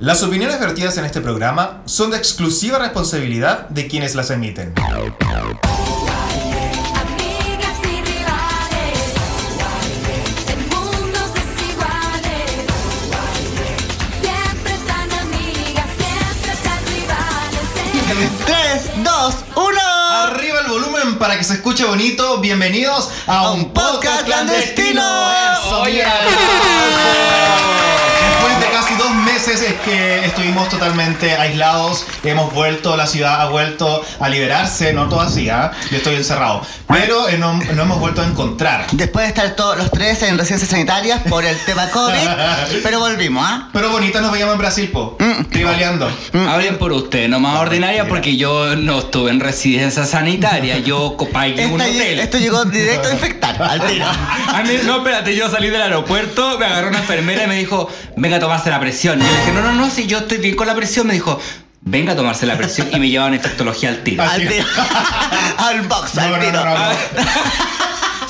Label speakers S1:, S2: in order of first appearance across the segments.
S1: Las opiniones vertidas en este programa son de exclusiva responsabilidad de quienes las emiten.
S2: Amigas y rivales, en mundos desiguales, siempre tan amigas, siempre tan rivales.
S3: 3, 2, 1.
S1: Arriba el volumen para que se escuche bonito. Bienvenidos a un podcast clandestino. Eso,
S3: Oye.
S1: mira. Después de casi dos meses es que estuvimos totalmente aislados. Hemos vuelto, la ciudad ha vuelto a liberarse. No todo así, ¿ah? Yo estoy encerrado. Pero eh, no, no hemos vuelto a encontrar.
S3: Después de estar todos los tres en residencias sanitarias por el tema COVID, pero volvimos, ¿ah?
S1: Pero bonita nos veíamos en Brasil, po. Rivaleando.
S4: Hablen por ustedes, nomás ordinaria, porque yo no estuve en residencia sanitaria, yo pagué un
S3: Esta lle-
S4: hotel.
S3: Esto llegó directo a infectar, al tiro.
S4: A mí, no, espérate, yo salí del aeropuerto, me agarró una enfermera y me dijo, venga a tomarse la presión. Y yo le dije, no, no, no, si yo estoy bien con la presión. Me dijo, venga a tomarse la presión y me llevaron infectología al tiro.
S3: Al tiro. Al box,
S1: No,
S3: al
S1: no,
S3: tiro.
S1: no, no, no.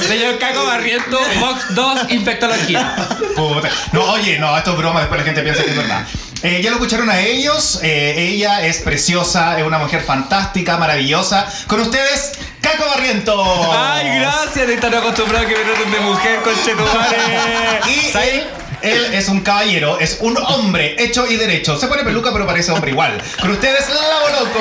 S4: Señor Caco Barriento, Box 2, infectología.
S1: Puta. No, oye, no, esto es broma, después la gente piensa que es verdad. Eh, ya lo escucharon a ellos, eh, ella es preciosa, es una mujer fantástica, maravillosa. Con ustedes, Caco Barriento.
S4: Ay, gracias, de estar acostumbrado a que me traten de mujer,
S1: Y
S4: conchetumare.
S1: él, él es un caballero, es un hombre hecho y derecho. Se pone peluca, pero parece hombre igual. Con ustedes, Lavo Loco.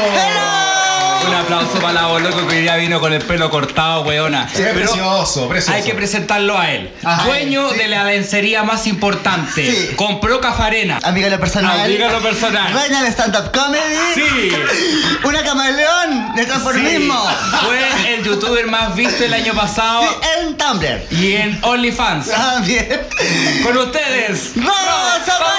S4: Un aplauso para la loco que hoy día vino con el pelo cortado, weona.
S1: Sí,
S4: Pero-
S1: precioso, precioso.
S4: Hay que presentarlo a él.
S1: Ajá.
S4: Dueño de la lencería más importante.
S3: Sí.
S4: Compró Cafarena.
S3: Amiga de lo personal.
S4: Amiga de lo personal.
S3: Reina del stand-up comedy.
S4: Sí.
S3: Una camaleón de transformismo.
S4: Fue el youtuber más visto el año pasado
S3: Sí, en Tumblr.
S4: y en OnlyFans.
S3: También.
S4: Con ustedes.
S3: ¡Vamos, Zamora!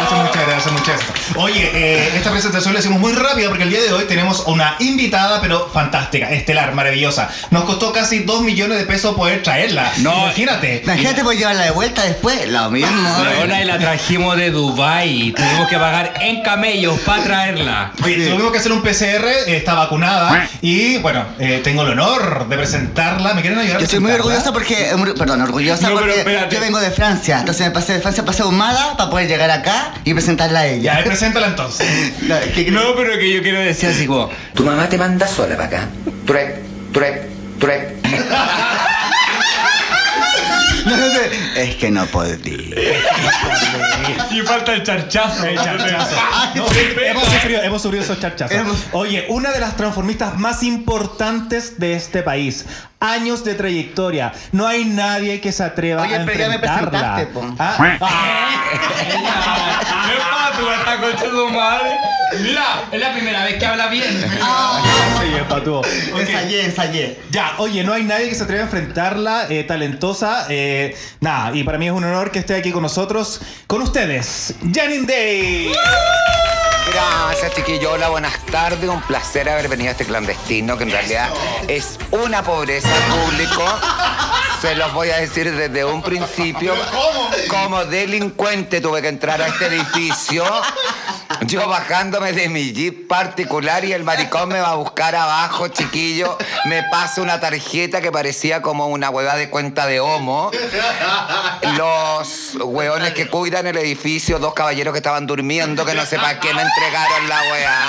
S1: Muchas gracias, muchas gracias, muchas gracias. Oye, eh, esta presentación la hicimos muy rápida porque el día de hoy tenemos una invitada, pero fantástica, estelar, maravillosa. Nos costó casi 2 millones de pesos poder traerla.
S4: No.
S1: Imagínate.
S3: Imagínate por llevarla de vuelta después, lo mismo. eh.
S4: Ahora la trajimos de Dubai. Tuvimos que pagar en camellos para traerla.
S1: Oye, tuvimos que hacer un PCR, eh, está vacunada y bueno, eh, tengo el honor de presentarla. ¿Me quieren ayudar? a
S3: Yo estoy muy orgullosa
S1: presentarla?
S3: porque, muy- perdón, orgullosa
S4: No, pero
S3: porque
S4: espérate.
S3: yo vengo de Francia, entonces me pasé de Francia, pasé a Humada para poder llegar acá y presentarla a
S1: Ya,
S3: ella.
S1: eh, preséntala entonces.
S3: No, ¿qué crees?
S4: No, pero que yo quiero decir así como.
S5: Tu mamá te manda sola para acá. Trep, trep, trep.
S3: No, no sé. Es que no podía.
S4: Y falta el charchazo.
S1: No, hemos, sufrido, hemos sufrido esos charchazos.
S3: Hemos-
S6: Oye, una de las transformistas más importantes de este país. Años de trayectoria. No hay nadie que se atreva
S3: Oye,
S6: a
S3: pero ya me
S6: enfrentarla.
S3: presentaste, po.
S6: Ah,
S4: ¿Qué pato está concha de su madre? Mira, es la primera vez que habla bien.
S6: oye, patúo.
S3: Ensayé, ensayé.
S6: Ya, oye, no hay nadie que se atreva a enfrentarla, eh, talentosa. eh, nada, y para mí es un honor que esté aquí con nosotros, con ustedes, Janine Day.
S5: Gracias, chiquillo. Hola, buenas tardes. Un placer haber venido a este clandestino, que en realidad es una pobreza público. Se los voy a decir desde un principio. Como delincuente tuve que entrar a este edificio. Yo bajándome de mi jeep particular y el maricón me va a buscar abajo, chiquillo. Me pasa una tarjeta que parecía como una huevada de cuenta de homo. Los hueones que cuidan el edificio, dos caballeros que estaban durmiendo, que no sé para qué me entregaron la hueá.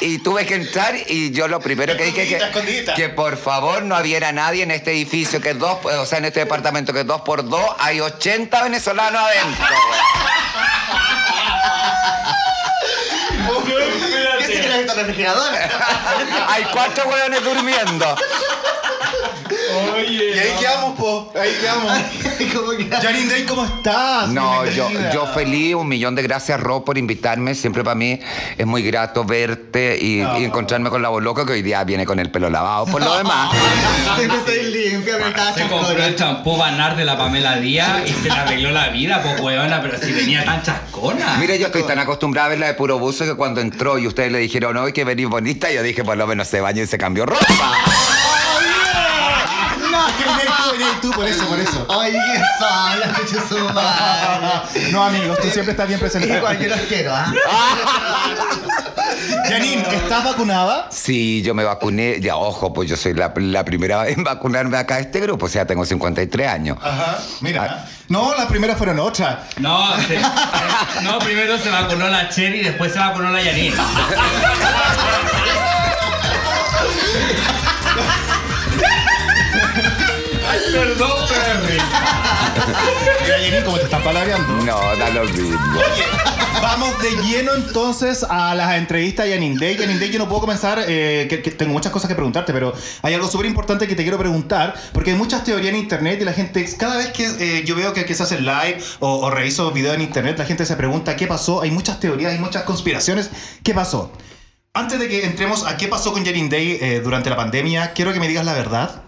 S5: Y tuve que entrar y yo lo primero que dije que, que por favor no hubiera nadie en este edificio, que dos, o sea, en este departamento, que dos por dos hay 80 venezolanos adentro. hueá.
S3: Yo sé que la visto refrigerador.
S5: hay cuatro hueones durmiendo.
S1: Y ahí quedamos, po. Ahí quedamos.
S3: Como que-
S1: Janine Day, ¿cómo estás?
S5: No, yo,
S1: Bienvenida.
S5: yo feliz, un millón de gracias, Ro, por invitarme. Siempre para mí es muy grato verte y, y encontrarme con la boloca que hoy día viene con el pelo lavado. Por lo demás,
S3: Siempre estoy limpia, pero estaba
S4: Ah, Se compró el
S3: chascona.
S4: champú banar de la Pamela Díaz y se le arregló la vida, po huevona, pero si venía tan chascona.
S5: mire, yo estoy tan acostumbrada a verla de puro buzo que cuando entró y ustedes le dijeron, hoy que venís bonita, yo dije, por lo menos se baña y se cambió ropa.
S3: No,
S1: que venías tú, venías tú, por eso, por eso.
S3: Oye, qué sola, coche su madre.
S6: No, amigos, tú siempre estás bien presentado.
S3: Igual yo los quiero, ¿ah?
S1: Janine, ¿estás vacunada?
S5: Sí, yo me vacuné, ya ojo, pues yo soy la, la primera en vacunarme acá de este grupo, o sea, tengo 53 años.
S1: Ajá, mira. Ah, No, las primeras fueron otras.
S4: No, se- no, primero se vacunó la Cher y después se vacunó la Yanina. Ay, perdón, Perry.
S1: Mira, Janine, cómo te están palabreando.
S5: No, da lo mismo.
S6: Vamos de lleno entonces a las entrevistas de Yanin Day. Yanin Day, yo no puedo comenzar, eh, que, que tengo muchas cosas que preguntarte, pero hay algo súper importante que te quiero preguntar, porque hay muchas teorías en internet y la gente, cada vez que eh, yo veo que, que se hacen live o, o reviso videos en internet, la gente se pregunta qué pasó. Hay muchas teorías, hay muchas conspiraciones. ¿Qué pasó? Antes de que entremos a qué pasó con Yanin Day eh, durante la pandemia, quiero que me digas la verdad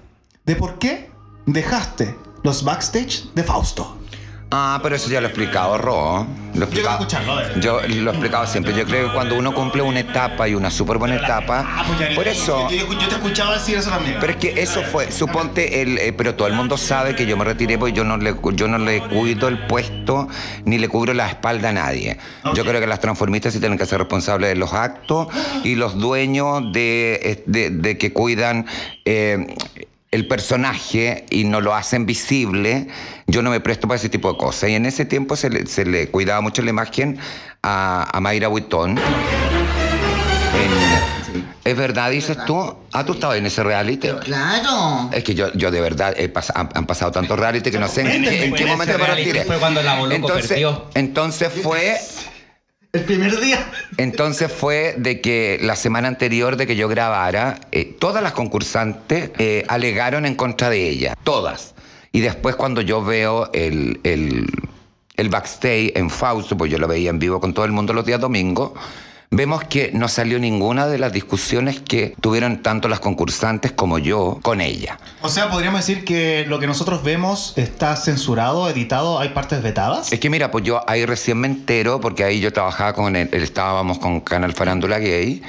S6: de por qué dejaste los backstage de Fausto.
S5: Ah, pero eso ya lo he explicado, Ro. Lo he
S1: quiero
S5: explicado,
S1: escucharlo, a ver.
S5: Yo lo he explicado siempre. Yo creo que cuando uno cumple una etapa y una súper
S1: Ah,
S5: buena etapa, por eso...
S1: Yo, yo pues te escuchaba decir eso también.
S5: Pero es que eso fue, suponte, el, eh, pero todo el mundo sabe que yo me retiré porque yo no le, yo no le cuido el puesto ni le cubro la espalda a nadie. Yo creo que las transformistas sí tienen que ser responsables de los actos y los dueños de, eh, de- de que cuidan eh, el personaje y no lo hacen visible. Yo no me presto para ese tipo de cosas. Y en ese tiempo se le, se le cuidaba mucho la imagen a, a Mayra Huitón. En- ¿Es verdad, dices tú? Ah, tú estabas en ese reality.
S3: Claro.
S5: Es que yo, yo de verdad he pas- han, han pasado tantos reality que no sé en,
S4: Fue
S5: qué- en qué
S4: ese
S5: momento me
S4: reality,
S5: retiré.
S4: Fue cuando la Boloco
S5: Entonces,
S4: perdió.
S5: entonces fue
S3: El primer día.
S5: entonces fue de que la semana anterior de que yo grabara, eh, todas las concursantes eh, alegaron en contra de ella, todas. Y después cuando yo veo el, el, el backstage en Fausto, pues yo lo veía en vivo con todo el mundo los días domingos, vemos que no salió ninguna de las discusiones que tuvieron tanto las concursantes como yo con ella.
S1: O sea, podríamos decir que lo que nosotros vemos está censurado, editado, hay partes vetadas.
S5: Es que mira, pues yo ahí recién me entero, porque ahí yo trabajaba con el, el- estábamos con Canal Farándula Gay,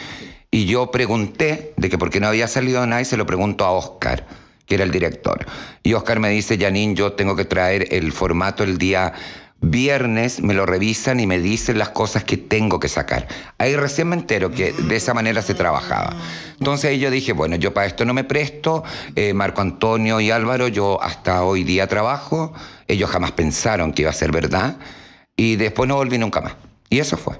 S5: y yo pregunté de que por qué no había salido nada, y se lo pregunto a Oscar, que era el director. Y Oscar me dice, Janine, yo tengo que traer el formato el día viernes, me lo revisan y me dicen las cosas que tengo que sacar. Ahí recién me entero que de esa manera se trabajaba. Entonces ahí yo dije, bueno, yo para esto no me presto, eh, Marco Antonio y Álvaro, yo hasta hoy día trabajo, ellos jamás pensaron que iba a ser verdad, y después no volví nunca más. Y eso fue.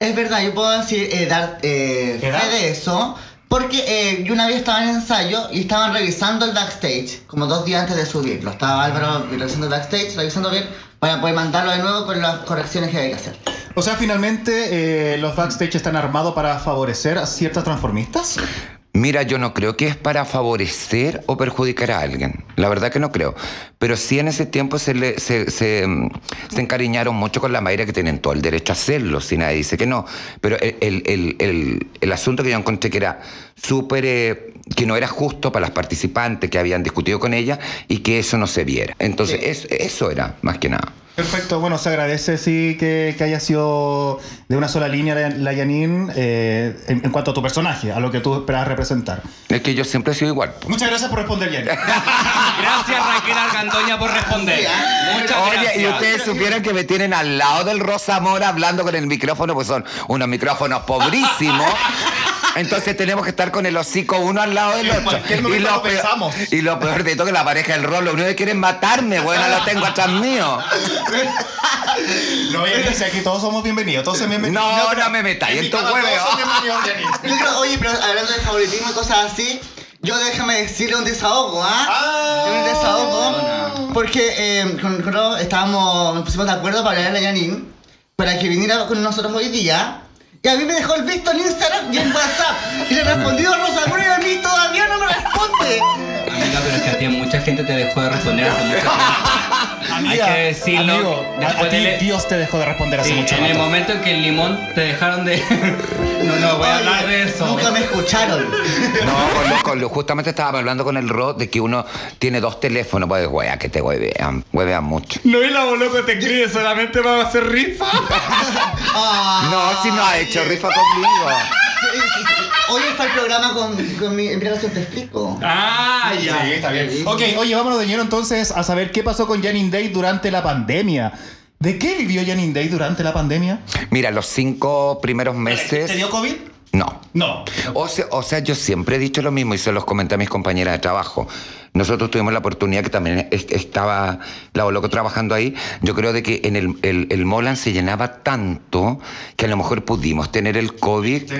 S3: Es verdad, yo puedo decir, eh, dar eh,
S1: ¿Edad?
S3: fe de eso, porque eh, yo una vez estaba en ensayo y estaban revisando el backstage, como dos días antes de subirlo. Estaba Álvaro revisando el backstage, revisando bien, para poder mandarlo de nuevo con las correcciones que hay que hacer.
S1: O sea, finalmente eh, los backstage están armados para favorecer a ciertas transformistas.
S5: Mira, yo no creo que es para favorecer o perjudicar a alguien. La verdad que no creo. Pero sí en ese tiempo se, le- se, se, mm, se encariñaron mucho con la Mayra, que tienen todo el derecho a hacerlo, si nadie dice que no. Pero el, el- el- el- el asunto que yo encontré que era súper... eh, que no era justo para las participantes que habían discutido con ella y que eso no se viera. Entonces, es- eso era, más que nada.
S6: Perfecto, bueno, se agradece sí que, que haya sido de una sola línea la, la Janine eh, en, en cuanto a tu personaje, a lo que tú esperas representar.
S5: Es que yo siempre he sido igual. po.
S1: Muchas gracias por responder, Yanni.
S4: Gracias, Raquel Argandoña, por responder. Muchas gracias.
S5: ¿eh? Oye, y ustedes supieran que me tienen al lado del Rosa Mora hablando con el micrófono, pues son unos micrófonos pobrísimos. Entonces tenemos que estar con el hocico uno al lado del
S1: En
S5: otro.
S1: cualquier momento lo pensamos.
S5: y lo peor de todo que la pareja del rol, lo único que quieren matarme, bueno, lo tengo atrás mío.
S1: No, Yanni, si aquí todos somos bienvenidos, todos son bienvenidos.
S5: No,
S1: pero
S5: no me metas,
S1: en
S5: y
S1: mi
S5: en tu
S1: cama
S5: hueveo.
S1: Todos son bienvenidos, Yanni.
S3: Yo creo- oye, pero hablando de favoritismo y cosas así, yo déjame decirle un desahogo, ¿ah?
S1: Ah.
S3: un desahogo. Porque eh, con con Ro estábamos, nos pusimos de acuerdo para hablarle a Janine, para que viniera con nosotros hoy día. Y a mí me dejó el visto en Instagram y en WhatsApp. Y le respondió a Rosa Mora y a mí todavía no me responde.
S4: Amiga, pero es que a ti mucha gente te dejó de responder hace mucho tiempo.
S1: Amiga,
S4: Hay que decirlo.
S1: amigo, a, a
S4: después
S1: ti
S4: del-
S1: Dios te dejó de responder hace
S4: Sí,
S1: mucho
S4: en el
S1: rato.
S4: momento en que el limón te dejaron de. No, no, voy a hablar de eso.
S3: Nunca me escucharon.
S5: No, con lo- con lo- justamente estábamos hablando con el Rod de que uno tiene dos teléfonos, pues wea, que te huevean, huevean mucho.
S4: No, y la boloco te escribe solamente para hacer rifa.
S3: Ah.
S5: No, si no ha hecho rifa conmigo.
S3: Hoy está el programa con, con mi. En mi relación te explico.
S4: Ah, ya.
S1: Sí, está bien.
S6: Ok, oye, vámonos de lleno entonces a saber qué pasó con Janine Day durante la pandemia. ¿De qué vivió Janine Day durante la pandemia?
S5: Mira, los cinco primeros meses.
S1: ¿Te dio COVID?
S5: No.
S6: No.
S5: O sea, o sea, yo siempre he dicho lo mismo y se los comenté a mis compañeras de trabajo. Nosotros tuvimos la oportunidad que también es- estaba la Loco trabajando ahí. Yo creo de que en el, el, el Molan se llenaba tanto que a lo mejor pudimos tener el COVID
S1: Sí.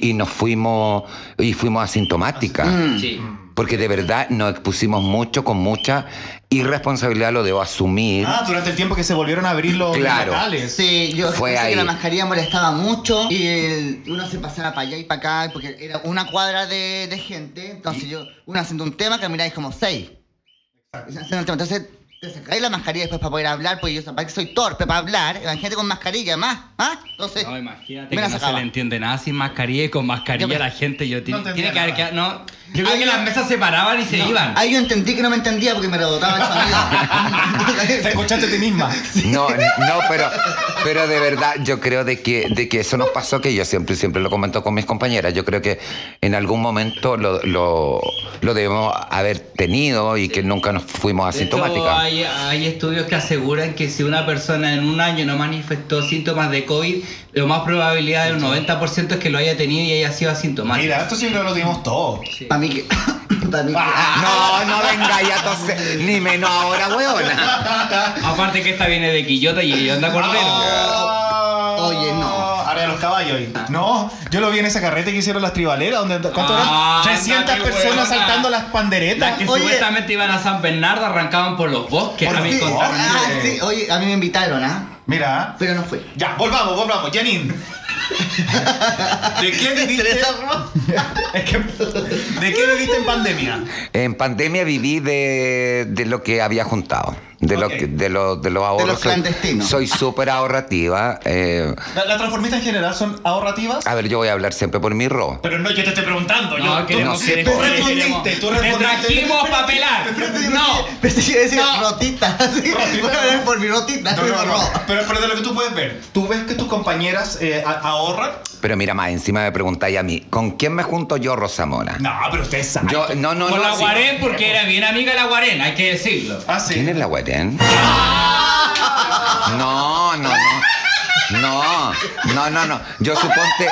S5: y, y nos fuimos y fuimos asintomáticas.
S3: Ah, Mm.
S4: Sí.
S5: Porque de verdad nos expusimos mucho, con mucha irresponsabilidad, lo debo asumir.
S6: Ah, durante el tiempo que se volvieron a abrir los
S5: Claro.
S6: locales.
S3: Sí, yo
S5: Fue
S3: pensé
S5: ahí.
S3: que la mascarilla molestaba mucho y el- uno se pasaba para allá y para acá porque era una cuadra de, de gente. Entonces yo, uno haciendo un tema, camináis como seis. Haciendo el tema. Entonces te sacáis la mascarilla después para poder hablar, porque yo capaz que soy torpe para hablar. Imagínate con mascarilla, más, más. Entonces,
S4: No, imagínate
S3: me
S4: que
S3: la
S4: no se
S3: sacaba.
S4: le entiende nada sin mascarilla y con mascarilla
S3: Ya, pero-
S4: la gente yo tiene,
S1: No entendía
S4: tiene que
S1: nada.
S4: haber quedado- no. Yo creo
S3: Ahí
S4: que
S3: no-
S4: las mesas se paraban y se iban.
S3: Ahí yo entendí que no me entendía porque me rebotaba
S6: Te
S3: el sonido.
S6: escuchaste a ti misma.
S5: No, no, pero, pero de verdad yo creo de que, de que eso nos pasó, que yo siempre, siempre lo comento con mis compañeras, yo creo que en algún momento lo, lo, lo debemos haber tenido y que nunca nos fuimos
S4: De hecho,
S5: asintomáticas.
S4: hay, hay estudios que aseguran que si una persona en un año no manifestó síntomas de COVID, lo más probabilidad del 90% es que lo haya tenido y haya sido asintomático.
S1: Mira, esto sí creo que lo tuvimos todos.
S3: Para mí que. Para mí que.
S5: No, no venga ya entonces, ni menos ahora, huevona.
S4: Aparte que esta viene de Quillota y ella anda cordero.
S1: Ah,
S3: Oye, no.
S1: Ahora de los caballos. ahí.
S6: No, yo lo vi en esa carrete que hicieron las tribaleras, donde ¿cuánto
S4: Ah,
S6: eran? 300
S4: ándate,
S6: personas
S4: huevona.
S6: saltando las
S4: Las
S6: panderetas.
S4: que
S3: Oye.
S4: supuestamente iban a San Bernardo arrancaban por los bosques.
S3: Por
S4: a mí
S3: sí,
S4: contaron.
S3: ah, sí, oye, a mí me invitaron, ¿ah?
S6: Mira.
S3: Pero no fui.
S6: Ya, volvamos, volvamos. Janine. ¿De qué viviste? Es que- ¿De qué viviste en pandemia?
S5: En pandemia viví de, de lo que había juntado. De, lo,
S6: Ok.
S5: que- de, lo, de los ahorros. Soy-
S3: clandestinos.
S5: Soy súper ahorrativa. eh,
S6: ¿La- ¿Las transformistas en general son ahorrativas?
S5: a ver, yo voy a hablar siempre por mi ro.
S1: Pero no, yo te estoy preguntando.
S4: No,
S1: yo,
S4: queremos,
S5: no
S4: que
S5: sé,
S4: después-
S5: tú
S1: respondiste,
S4: queremos-
S1: tú respondiste.
S4: Te trajimos para pelar. No.
S3: Pero si quiere decir
S4: No.
S3: rotita, ¿sí? Voy a hablar por mi rotita,
S1: No,
S3: mi
S1: no, no.
S3: ro.
S1: Pero, pero de lo que tú puedes ver, tú ves que tus compañeras eh, a- ahorran.
S5: Pero mira, más encima me preguntáis a mí, ¿con quién me junto yo, Rosamona?
S1: No, pero ustedes saben.
S5: Yo, no, no,
S4: Con
S5: no.
S4: la
S5: sí.
S4: Guarén, porque era bien amiga de la Guarén, hay que decirlo.
S1: Ah, sí.
S5: ¿Quién es la Guarén? No, no, no. No, no, no, no. Yo suponte,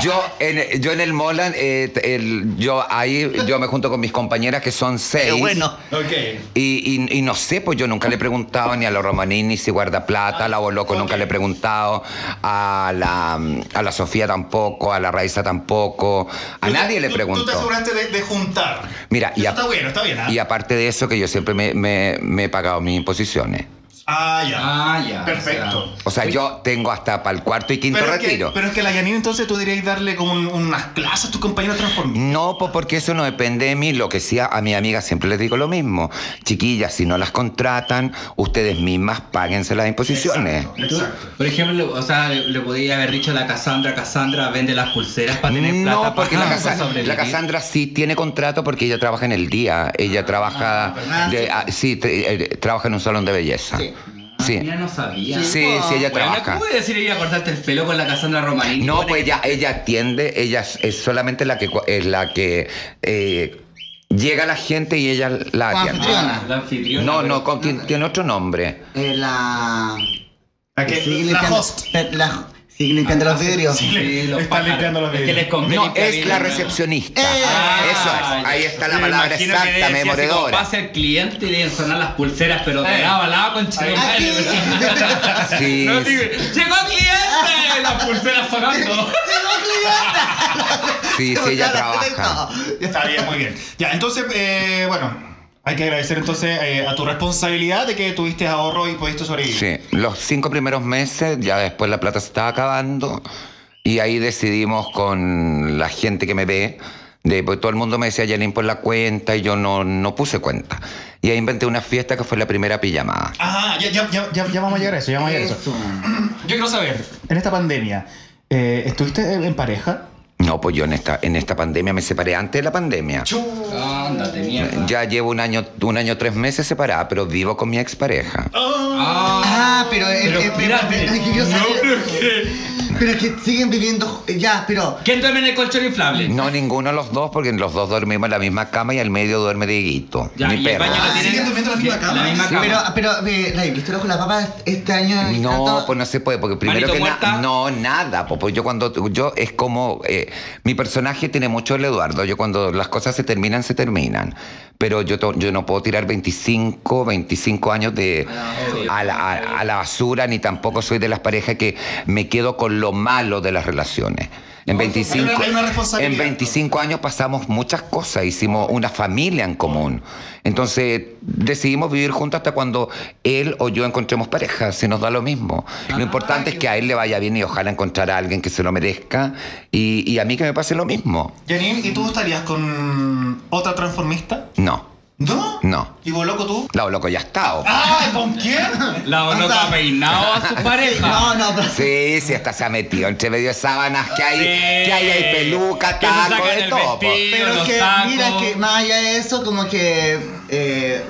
S5: yo en, yo en el Molan, eh, el- yo ahí, yo me junto con mis compañeras que son seis.
S3: Qué bueno.
S1: Ok.
S5: Y, y- y no sé, pues yo nunca le he preguntado ni a los Romanini si guarda plata, a la Boloco nunca le he preguntado, a la, a la Sofía tampoco, a la Raiza tampoco, a
S1: Tú-
S5: nadie le
S1: tú- Tú te
S5: pregunto.
S1: aseguraste de, de juntar.
S5: Mira,
S1: Eso
S5: y, a-
S1: está bueno, está bien. ¿ah?
S5: y aparte de eso que yo siempre me, me- me he pagado mis imposiciones.
S1: Ah, ya.
S4: Ah, ya.
S1: Perfecto.
S4: o sea,
S5: O sea, yo tengo hasta para el cuarto y quinto
S6: Pero es, que,
S5: retiro.
S6: pero es que la Janine entonces tú dirías darle como un- unas clases a tus compañeros transformistas.
S5: No, pues porque eso no depende de mí. Lo que sí a, a mi amiga siempre les digo lo mismo. Chiquillas, si no las contratan, ustedes mismas páguense las imposiciones.
S1: Exacto, exacto.
S4: Por ejemplo, o sea, le, le podía haber dicho a la Cassandra, Cassandra vende las pulseras para tener plata.
S5: No,
S4: para-
S5: porque la,
S4: para
S5: Cassandra-
S4: sobrevivir.
S5: la Cassandra sí tiene contrato porque ella trabaja en el día.
S4: Ah,
S5: Ella trabaja, de- ah, sí, te- eh, trabaja en un salón de belleza.
S3: Sí.
S5: Sí,
S4: Ah, Mira, no sabía.
S5: sí, sí,
S4: Bueno,
S5: ella trabaja.
S4: ¿Cómo voy a decir ella cortaste el pelo con la Cassandra Romanini?
S5: No, pues ella, ella atiende, ella es- es solamente la que, cu- es la que eh, llega a la gente y ella la
S3: Como
S5: atiende.
S3: anfitriona.
S4: Ah, la anfitriona.
S5: No,
S4: pero-
S5: no, con- tiene, tiene otro nombre.
S3: Eh, la.
S1: La que-
S3: Sí,
S1: la
S3: limpiando-
S1: host. Ah,
S3: eh, La. Sí, limpiando los vidrios.
S4: Sí, los
S1: Está
S4: pájaros.
S1: limpiando los
S4: Es que
S1: vidrios.
S4: les conviene
S5: No,
S4: que
S5: es
S4: hablen,
S5: la
S4: ¿no?
S5: recepcionista.
S3: Eh.
S4: Ah,
S5: Eso es,
S4: ya.
S5: ahí está
S4: Yo
S5: la
S4: me
S5: palabra
S4: imagino que
S5: exacta,
S4: debe decir así como,
S5: memoredora.
S4: Pase el cliente y deben sonar las pulseras, pero de
S1: Eh.
S4: lado a lado con chile.
S3: Aquí.
S5: Sí,
S4: No,
S5: sí.
S4: digo, ¡Llegó cliente! Las pulseras sonando.
S5: Sí, sí, ella trabaja.
S1: Está bien, muy bien. Ya, entonces, eh, bueno, hay que agradecer entonces eh, a tu responsabilidad de que tuviste ahorro y pudiste sobrevivir.
S5: Sí, los cinco primeros meses, ya después la plata se estaba acabando y ahí decidimos con la gente que me ve, de, pues, todo el mundo me decía, Janine, por la cuenta y yo no, no puse cuenta. Y ahí inventé una fiesta que fue la primera pijamada.
S1: Ah, ya, ya, ya, ya,
S6: ya vamos a llegar a eso, ya vamos a llegar a eso.
S1: Yo quiero saber.
S6: En esta pandemia, eh, ¿estuviste en pareja?
S5: No, pues yo en esta, en esta pandemia me separé antes de la pandemia.
S4: Ándate, mierda.
S5: Ya llevo un año, un año tres meses separada, pero vivo con mi expareja.
S4: Ah,
S3: Ah, pero. eh,
S4: Pero
S3: eh,
S4: espérate.
S3: eh, eh, yo sabía-
S4: pero es que-
S3: Pero es que siguen viviendo eh, ya, pero.
S4: ¿Quién duerme en el colchón inflable?
S5: No, ninguno de los dos, porque los dos dormimos en la misma cama y al medio duerme Dieguito.
S4: Ya,
S5: mi
S4: y el
S5: perro.
S4: baño lo
S1: Ah,
S4: tienen-
S1: siguen durmiendo en la misma
S4: Sí,
S1: cama.
S4: la misma
S5: Sí,
S4: cama.
S3: Pero, pero, eh, Ray, ¿viste lo con la papa este año? en el
S5: No,
S3: tanto?
S5: pues no se puede, porque primero
S4: ¿Manito
S5: que
S4: muerta?
S5: nada. No, nada. po, Pues yo cuando. Yo es como. eh, mi personaje tiene mucho el Eduardo. Yo cuando las cosas se terminan, se terminan. Pero yo, to- yo no puedo tirar 25, 25 años de, a, la, a- a la basura, ni tampoco soy de las parejas que me quedo con lo malo de las relaciones. En 25,
S1: hay una responsabilidad.
S5: en 25 años pasamos muchas cosas, hicimos una familia en común. Entonces decidimos vivir juntos hasta cuando él o yo encontremos pareja, si nos da lo mismo. Lo importante es que a él le vaya bien y ojalá encontrar a alguien que se lo merezca y, y a mí que me pase lo mismo.
S1: Janine, ¿y tú estarías con otra transformista?
S5: No,
S1: ¿No?
S5: No.
S1: ¿Y vos loco tú?
S5: la loco ya está. o-
S1: ¡Ah! ¿Con quién?
S4: La
S3: O sea-
S4: loca ha peinado a su pareja.
S3: No, no, pero.
S5: Sí, sí, hasta se ha metido entre medio de sábanas que hay,
S4: Sí.
S5: que hay, hay peluca,
S4: Que se
S5: taco,
S4: sacan
S5: de
S4: el
S5: todo. po.
S4: vestido.
S3: Pero
S4: los
S3: que,
S4: tacos.
S3: mira, que más allá de eso, como que. eh,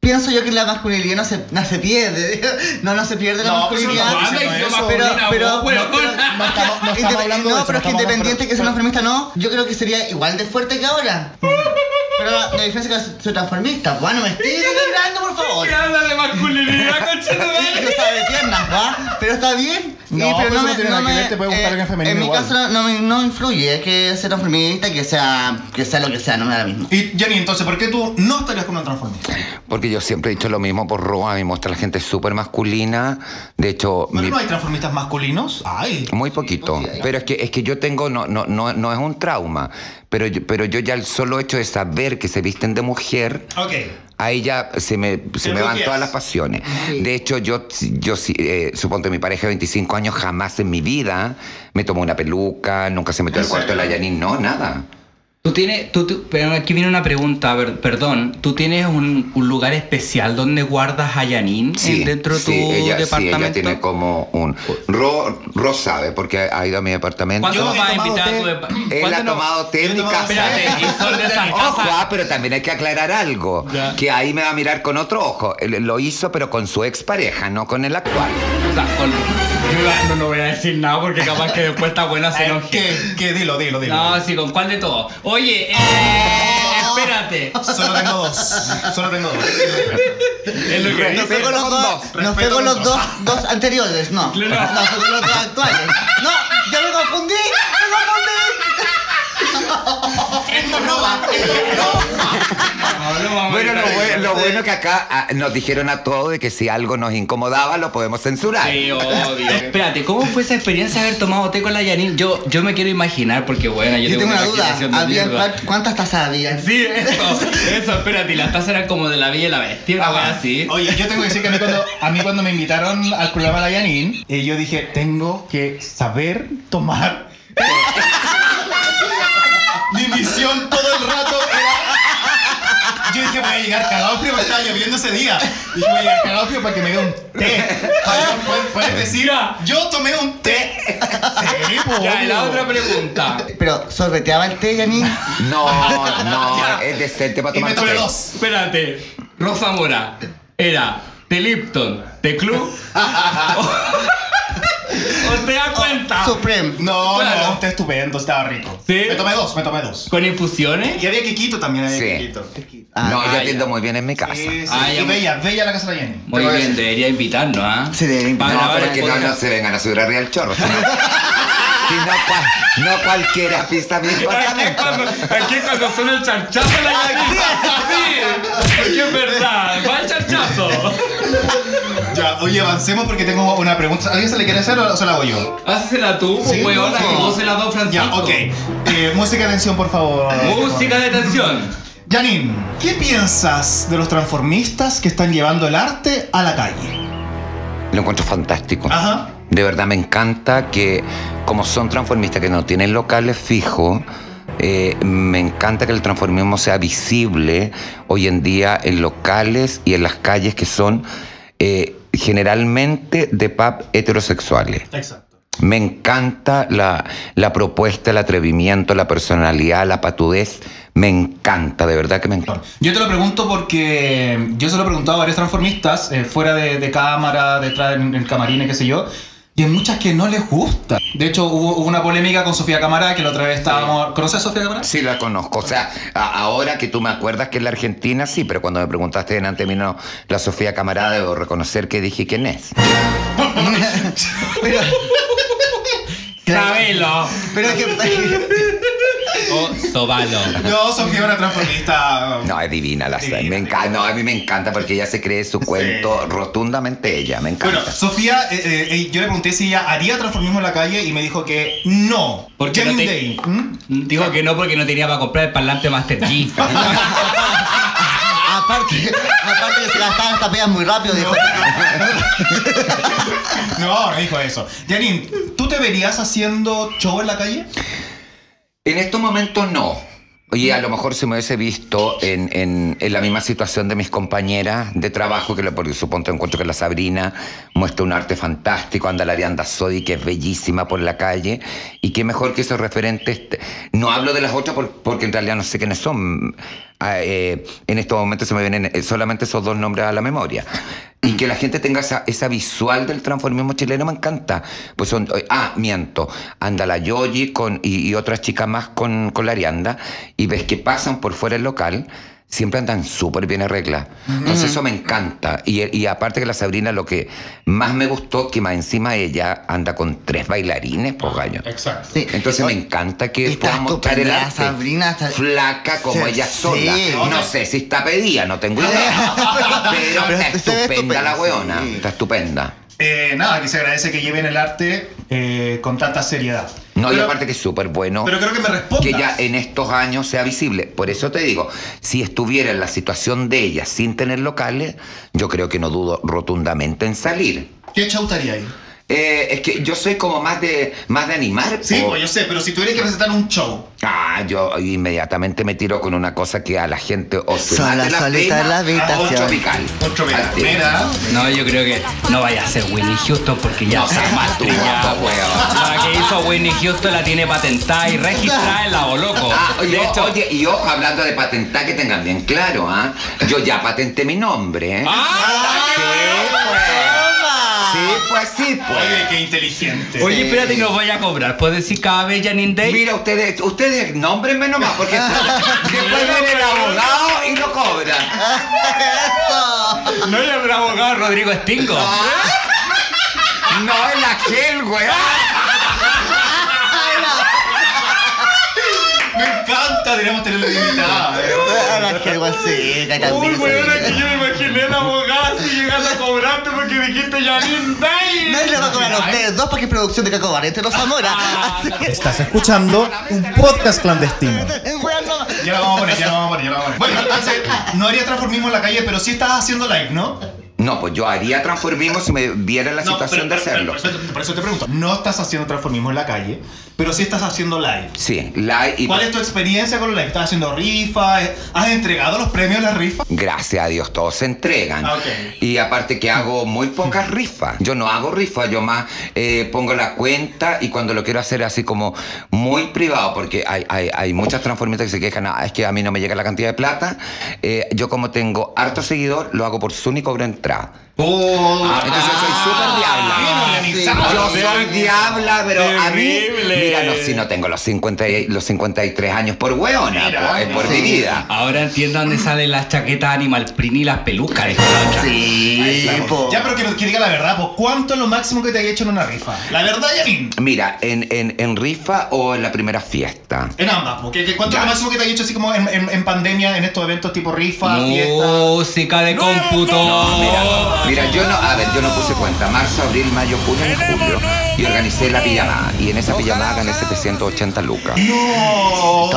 S3: pienso yo que la masculinidad no se, no se pierde. No, no se pierde la
S1: No, pues eso no
S3: masculinidad.
S1: lo
S4: Anda
S1: sí,
S4: y
S1: no,
S4: yo
S1: eso-
S3: pero,
S4: masculina,
S3: pero, no,
S4: vos,
S3: pero-
S4: weón.
S6: No estamos- no estamos
S3: Independ-
S6: hablando de
S3: no,
S6: eso,
S3: pero es que
S6: estamos-
S3: independiente
S6: pero-
S3: que sea transformista no, yo creo que sería igual de fuerte que ahora. Pero la, la diferencia es que soy transformista, bueno, me estoy librando, por favor.
S4: ¿Qué habla de masculinidad, conchetumare?
S3: Yo sabe piernas, ¿va? Pero está bien. pues,
S6: No,
S3: Y-
S6: pero eso no
S3: me- eh,
S6: tiene nada que ver, te puede gustar alguien femenino
S3: En mi
S6: igual.
S3: caso no, no me- no influye, que sea transformista, que sea, que sea lo que sea, no me da lo mismo.
S1: Y Janine, entonces, ¿por qué tú no estarías con una transformista?
S5: Porque yo siempre he dicho lo mismo por Roma, a mí me muestra la gente súper masculina. De hecho,
S1: Bueno,
S5: mi-
S1: ¿no hay transformistas masculinos? ¡Ay!
S5: muy poquito. Pero es que, es que yo tengo, no, no, no, no es un trauma, pero yo, pero yo ya el solo hecho de saber que se visten de mujer,
S1: Ok.
S5: ahí ya se me, se
S1: Te
S5: me van
S1: bloqueas.
S5: todas las pasiones.
S3: Sí.
S5: De hecho, yo, yo sí, eh, suponte mi pareja de 25 años, jamás en mi vida me tomó una peluca, nunca se metió
S1: ¿En
S5: al cuarto de la
S1: serio?
S5: Janine, no, nada.
S4: Tú tienes, tú, tú- pero aquí viene una pregunta, a ver, perdón. ¿Tú tienes un, un lugar especial donde guardas a Yanin dentro de tu
S5: sí, ella, sí,
S4: departamento?
S5: ella tiene como un... Ro, Ro sabe, porque ha ido a mi departamento.
S4: ¿Cuándo
S1: Yo
S4: nos
S1: he
S4: vas a
S1: tomado
S4: invitar
S1: té.
S4: a tu departamento?
S5: Él ha tomado té en mi
S1: Yo he tomado-
S5: casa.
S4: Espérate, y son de esas
S5: Ojo,
S4: casas-
S5: ah, pero también hay que aclarar algo.
S4: Ya.
S5: Que ahí me va a mirar con otro ojo. Él Lo hizo, pero con su expareja, no con el actual.
S4: O sea, con- yo iba- no, no voy a decir nada porque capaz que después está buena se
S1: Eh,
S4: enoje.
S1: ¿Qué? ¿Qué? Dilo, dilo, dilo.
S4: No, sí, ¿con cuál de todos? Oye, eh, espérate.
S1: Solo tengo dos. Solo tengo dos.
S4: Es lo que
S5: Respeto
S3: No fue
S4: dice.
S3: con los
S5: con
S3: dos,
S5: dos.
S3: no fue
S1: Respeto con
S3: con los dos, dos anteriores, no.
S4: Claro.
S3: No fue con los dos actuales. No, yo me confundí, me
S1: Esto no va.
S3: Ah, eh,
S4: No, no vamos a
S5: Bueno, lo,
S4: evitar
S5: bue-
S4: eso.
S5: lo bueno que acá ah, nos dijeron a todos de que si algo nos incomodaba, lo podemos censurar.
S4: Sí, obvio. Espérate, ¿cómo fue esa experiencia de haber tomado té con la Yanil? Yo, yo me quiero imaginar porque, bueno, yo,
S3: confundí. Yo tengo
S4: una
S3: una duda,
S4: imaginación de
S3: ¿había
S4: mierda.
S3: cuál- ¿cuántas tazas había?
S4: Sí, eso, eso, espérate, y las tazas eran como de la Bella y la Bestia, una wea así.
S1: Oye, yo tengo que decir que a mí cuando,
S6: A mí cuando me invitaron al programa La Yanin, eh, yo dije, tengo que saber tomar.
S1: mi misión todo el rato era. Yo dije, voy a llegar cagado frío porque estaba lloviendo ese día. Dije, voy a llegar cagado frío para que me dé un té. Ay, ¿puedes- Puedes decir,
S4: Mira.
S1: yo tomé un té. Sí, po,
S4: Ya, y la
S1: obvio.
S4: otra pregunta.
S3: Pero, ¿sorbeteaba el té, Janine?
S5: No, no, es decente para
S1: Y me
S5: tomar
S1: tomé
S5: té.
S1: dos.
S4: Espérate, Rosa Mora era de Lipton, de Club. o, o te das cuenta.
S3: Supreme.
S1: No,
S4: Claro.
S1: no, está estupendo, estaba rico.
S4: Sí.
S1: Me tomé dos, me tomé dos.
S4: ¿Con infusiones?
S1: Y había quequito también, había
S5: Sí.
S1: quequito.
S3: Ah,
S5: No, yo
S4: ya.
S5: atiendo muy bien en mi casa.
S1: Sí, sí.
S4: Ay,
S1: y
S4: amor.
S1: bella, bella la casa de la Jenny.
S4: Muy bien, debería invitarnos, ¿ah?
S3: Sí, debería invitarnos.
S5: No,
S4: Para
S5: pero
S4: grabar
S5: es que
S4: el
S5: no, no
S4: podcast.
S5: se vengan a subir arriba del chorro. Si no, si no, cual- no cualquiera pisa mi
S4: Aquí es
S5: departamento.
S4: cuando, aquí es cuando suena el charchazo la Yanil. Sí, es que es verdad. Va el charchazo.
S1: Ya, oye, avancemos porque tengo una pregunta. ¿Alguien se le quiere hacer o se la hago yo?
S4: Hácela tú,
S1: Sí,
S4: pues, weona,
S1: no.
S4: que vos se las dos, Francisco.
S1: Ya, ok. Eh, música de atención, por favor.
S4: Música de tensión.
S1: Janine, ¿qué piensas de los transformistas que están llevando el arte a la calle?
S5: Lo encuentro fantástico.
S1: Ajá.
S5: De verdad me encanta que, como son transformistas que no tienen locales fijos, eh, me encanta que el transformismo sea visible hoy en día en locales y en las calles que son eh, generalmente de pub heterosexuales.
S1: Exacto.
S5: Me encanta la, la propuesta, el atrevimiento, la personalidad, la patudez. Me encanta, de verdad que me encanta.
S1: Yo te lo pregunto porque yo se lo he preguntado a varios transformistas, eh, fuera de, de cámara, detrás en, en camarines, qué sé yo.
S7: y hay muchas que no les gusta. De hecho, hubo, hubo una polémica con Sofía Cámara que la otra vez estábamos. ¿Conoces a Sofía Cámara?
S5: Sí, la conozco. O sea, a- ahora que tú me acuerdas que es la Argentina, sí, pero cuando me preguntaste delante de mí, no, la Sofía Camarada, debo reconocer que dije quién es.
S3: Pero,
S4: Sabelo
S3: pero es que.
S4: o Oh, Sobalo.
S1: No, Sofía es una transformista.
S5: No, es divina la
S1: Divina,
S5: Sara. Me encanta, no, a mí me encanta porque ella se cree su cuento rotundamente ella, me encanta.
S1: Bueno, Sofía, eh, eh, eh, yo le pregunté si ella haría transformismo en la calle y me dijo que no.
S4: Porque no
S1: Janine
S4: te-
S1: Day, ¿Mm? ¿m?
S4: Digo que no porque no tenía para comprar el parlante Master G.
S3: Aparte, aparte que se gastaban estas pegas muy rápido, dijo.
S1: No, no dijo eso. Janine, ¿tú te verías haciendo show en la calle?
S5: En estos momentos no. Oye, a lo mejor si me hubiese visto en, en- en la misma situación de mis compañeras de trabajo, que lo- porque supongo encuentro que la Sabrina muestra un arte fantástico, anda la Arianda Sodi, que es bellísima por la calle, y qué mejor que esos referentes. No hablo de las otras por- porque en realidad no sé quiénes son. Ah, eh, en estos momentos se me vienen eh, solamente esos dos nombres a la memoria. Y que la gente tenga esa, esa visual del transformismo chileno me encanta. Pues son, ah, miento, anda la Yoyi con, y, y otras chicas más con, con la Arianda y ves que pasan por fuera el local, siempre andan súper bien arregladas. Entonces eso me encanta. Y, y aparte que la Sabrina lo que más me gustó, que más encima ella anda con tres bailarines, por gallo.
S1: Exacto.
S3: Sí.
S5: Entonces me encanta que
S3: Está
S5: pueda mostrar el
S3: estupenda,
S5: arte.
S3: Sabrina, está-
S5: Flaca como
S3: Sí,
S5: ella sola.
S3: sí.
S5: No sé si está pedida, no tengo idea. Pero,
S3: Pero
S5: está
S3: se ve
S5: estupenda la
S3: estupenda,
S5: weona.
S3: sí.
S5: Está estupenda.
S1: Eh, nada, que se agradece que lleven el arte eh, con tanta seriedad.
S5: No, y
S1: Pero-
S5: aparte que es súper bueno.
S1: Pero creo que me respondas.
S5: que ya eh, en estos años sea visible. Por eso te digo, si estuviera en la situación de ella sin tener locales, yo creo que no dudo rotundamente en salir.
S1: ¿Qué show te haría ahí?
S5: Eh, es que yo soy como más de más de animar.
S1: Sí,
S5: po.
S1: pues yo sé, pero si tuvieras que presentar un show.
S5: Ah, yo inmediatamente me tiro con una cosa que a la gente o se
S3: Sola,
S5: mate la
S3: solita
S5: pena,
S3: en la
S5: o
S3: habitación.
S5: tropical.
S1: Un show mira,
S5: Al tiro.
S1: mira.
S4: No, yo creo que no vaya a ser Winnie Houston porque ya
S5: No
S4: está
S5: seas
S4: más
S5: tú, guapo, weón.
S4: La que hizo Winnie Houston la tiene patentada y registrada en la Boloco.
S5: Ah,
S4: De
S5: yo,
S4: hecho,
S5: oye, y yo hablando de patentar, que tengan bien claro, ¿ah? Yo ya patenté mi nombre, ¿eh?
S4: ¡Ah!
S5: Sí, pues. Sí, pues, sí,
S1: Oye,
S5: pues.
S1: qué inteligente.
S4: Oye, espérate, y nos vaya a cobrar. ¿Puedes decir cada vez Janine Day?
S5: Mira, ustedes, ustedes nómbrenme nomás, porque después viene el abogado y lo cobran.
S4: No era el abogado Rodrigo Stingo.
S5: No, es la gel, güey.
S4: Ah.
S1: Me encanta, deberíamos tenerlo de invitada. eh.
S3: Ahora que algo así,
S4: Uy,
S3: cacambito.
S4: weón, es que yo me imaginé la abogada si llegando a cobrarte porque dijiste Janine Day.
S3: Nadie le va a cobrar a ustedes dos porque es producción de Caco Barrete, no Zamora.
S4: Ah.
S3: Así que-
S6: Estás escuchando un podcast clandestino.
S3: Weón, no.
S1: Ya lo vamos a poner, ya lo vamos a poner, ya lo vamos a poner. Bueno, entonces, no haría transformismo en la calle, pero sí estás haciendo live, ¿no?
S5: No, pues yo haría transformismo si me viera en la situación de hacerlo.
S1: por, eso, por eso te pregunto. No estás haciendo transformismo en la calle, pero sí estás haciendo live.
S5: Sí, la y
S1: ¿Cuál es tu experiencia con los live? ¿Estás haciendo rifas? ¿Has entregado los premios en las rifas?
S5: Gracias a Dios, todos se entregan.
S1: Ah, ok.
S5: Y aparte que hago muy pocas rifas. Yo no hago rifas, yo más eh, pongo la cuenta y cuando lo quiero hacer así como muy privado, porque hay, hay, hay muchas transformistas que se quejan, "Ah, es que a mí no me llega la cantidad de plata, eh, yo como tengo harto seguidor, lo hago por Zoom y cobro entrada.
S4: Oh.
S5: Ah, entonces soy súper diabla. Yo soy diabla, pero a mí.
S4: Terrible.
S5: Mira, no, si no tengo los, 50, y- los 53 años por hueona,
S1: Mira,
S5: po, es por mi vida.
S4: Ahora entiendo dónde salen las chaquetas Animal Print y las pelucas. dijo la otra.
S3: Sí, po.
S1: Ya, pero que, que diga la verdad, pues, ¿cuánto es lo máximo que te haya hecho en una rifa? La verdad, Yanin.
S5: Mira, en, en, en rifa o en la primera fiesta.
S1: En ambas, pues. ¿Qué- qué- ¿Cuánto es lo
S5: Ya.
S1: máximo que te haya hecho así como en, en- en pandemia, en estos eventos tipo rifa, fiesta?
S4: Música de cómputo.
S5: Mira, mira, yo no, a ver, yo no puse cuenta. Marzo, abril, mayo, junio y julio. Y organicé la pijamada. Y en esa pijamada gané 780 lucas.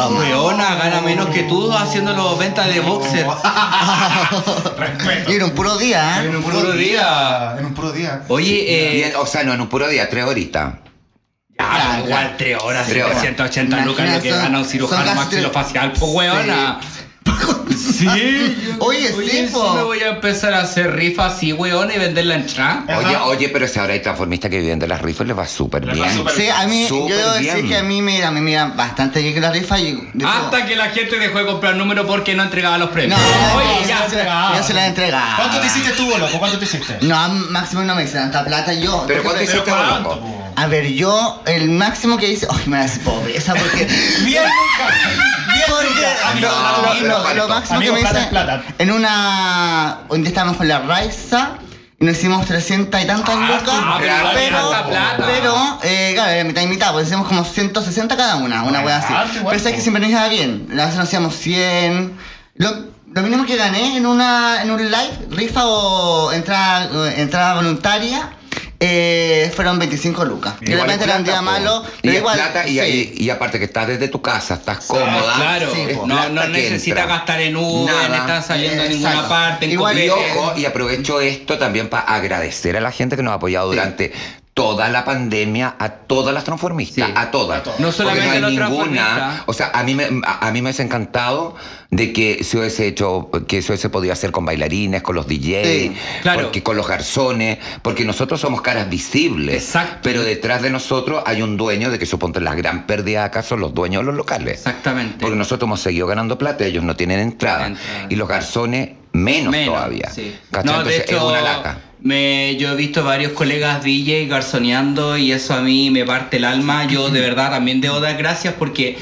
S4: Weona, gana menos que tú haciendo los ventas de boxer.
S1: Respeto.
S3: Y era un puro día, ¿eh?
S1: En un puro,
S4: puro
S1: día.
S4: día.
S1: En un puro día.
S5: Y
S4: Oye, eh.
S5: en- o sea, no, en un puro día, tres horitas.
S4: Ah,
S3: ya,
S4: igual, tres horas,
S5: Tres horas.
S4: 780 lucas lo que
S3: Imagina,
S4: gana un
S3: son- son
S4: cirujano
S3: casi
S4: maxilofacial, pues weona.
S3: Sí.
S4: Sí.
S3: Oye, sí,
S4: sí
S3: po.
S4: me voy a empezar a hacer rifas así, weón, y vender la entrada.
S1: Ajá.
S5: Oye, oye, pero si ahora hay transformistas que viven de las rifas, les va súper
S1: Les va
S5: bien.
S1: súper
S3: Sí, a mí, yo
S5: Súper
S3: debo decir
S5: bien.
S3: que a mí mira, me miran bastante bien que la rifa y... de todo.
S4: Hasta que la gente dejó de comprar números porque no entregaba los
S3: No,
S4: premios.
S3: oye,
S4: Oye,
S3: ya
S4: ya.
S3: se la Ya se la entregaba.
S1: ¿Cuánto te hiciste tú, loco? ¿Cuánto te hiciste?
S3: No, máximo no me hice tanta plata yo.
S5: Pero
S3: Por
S5: ¿cuánto
S3: ejemplo,
S5: hiciste,
S1: ¿Cuánto,
S5: loco?
S1: po?
S3: A ver, yo, el máximo que hice... Ay, me hace pobreza porque...
S1: Bien, Lucas.
S3: Porque
S1: Amigo,
S3: lo-
S1: plata,
S3: lo,
S5: plata.
S3: lo máximo
S1: Amigo,
S3: que me
S1: plata,
S3: hice
S1: plata.
S3: en una. Un día estábamos con la Raiza y nos hicimos 300 y tantas lucas.
S4: ah,
S5: pero igual es
S3: pero,
S5: harta plata.
S3: pero, eh, claro, era mitad y mitad, pues hicimos como 160 cada una, una wea
S5: ah,
S3: así.
S1: harto igual,
S3: Pero sabes que
S1: po.
S3: siempre nos iba bien. A veces nos hacíamos 100. Lo, lo mínimo que gané en, una, en un live, rifa o entrada, eh, entrada voluntaria. eh, fueron 25 lucas. Y de
S5: Igual
S3: repente
S5: es
S3: era un día
S5: plata, po.
S3: malo,
S5: Y
S3: pero
S5: es
S3: igual.
S5: plata, y,
S3: sí.
S5: y- y aparte que estás desde tu casa, estás cómoda.
S4: Claro,
S3: Sí,
S5: es
S3: po.
S4: no,
S5: plata
S4: no
S5: que
S4: necesita
S5: entra.
S4: gastar en Uber,
S5: Nada.
S4: no está saliendo a ninguna
S3: Exacto.
S4: parte. En
S3: Igual-
S5: Y
S4: copete.
S5: ojo, y aprovecho esto también para agradecer a la gente que nos ha apoyado durante toda la pandemia, a todas las transformistas,
S4: Sí.
S5: a todas.
S1: A todas.
S4: No
S5: Porque
S4: solamente
S5: hay
S4: los
S5: ninguna.
S4: transformistas.
S5: O sea, a mí me a, a mí me ha encantado de que se hubiese hecho, que se hubiese podido hacer con bailarines, con los DJs,
S3: Sí,
S4: claro.
S5: porque con los garzones, porque nosotros somos caras visibles.
S4: Exacto.
S5: Pero detrás de nosotros hay un dueño de que suponte las gran pérdida acá son los dueños de los locales.
S4: Exactamente.
S5: Porque nosotros hemos seguido ganando plata, ellos no tienen entrada.
S4: Entrada.
S5: Y los garzones menos, todavía.
S4: sí.
S5: ¿Cachai?
S4: No, de
S5: Entonces,
S4: hecho,
S5: es una lata.
S4: Me, yo he visto varios colegas DJ garzoneando y eso a mí me parte el alma. Yo de verdad también debo dar gracias porque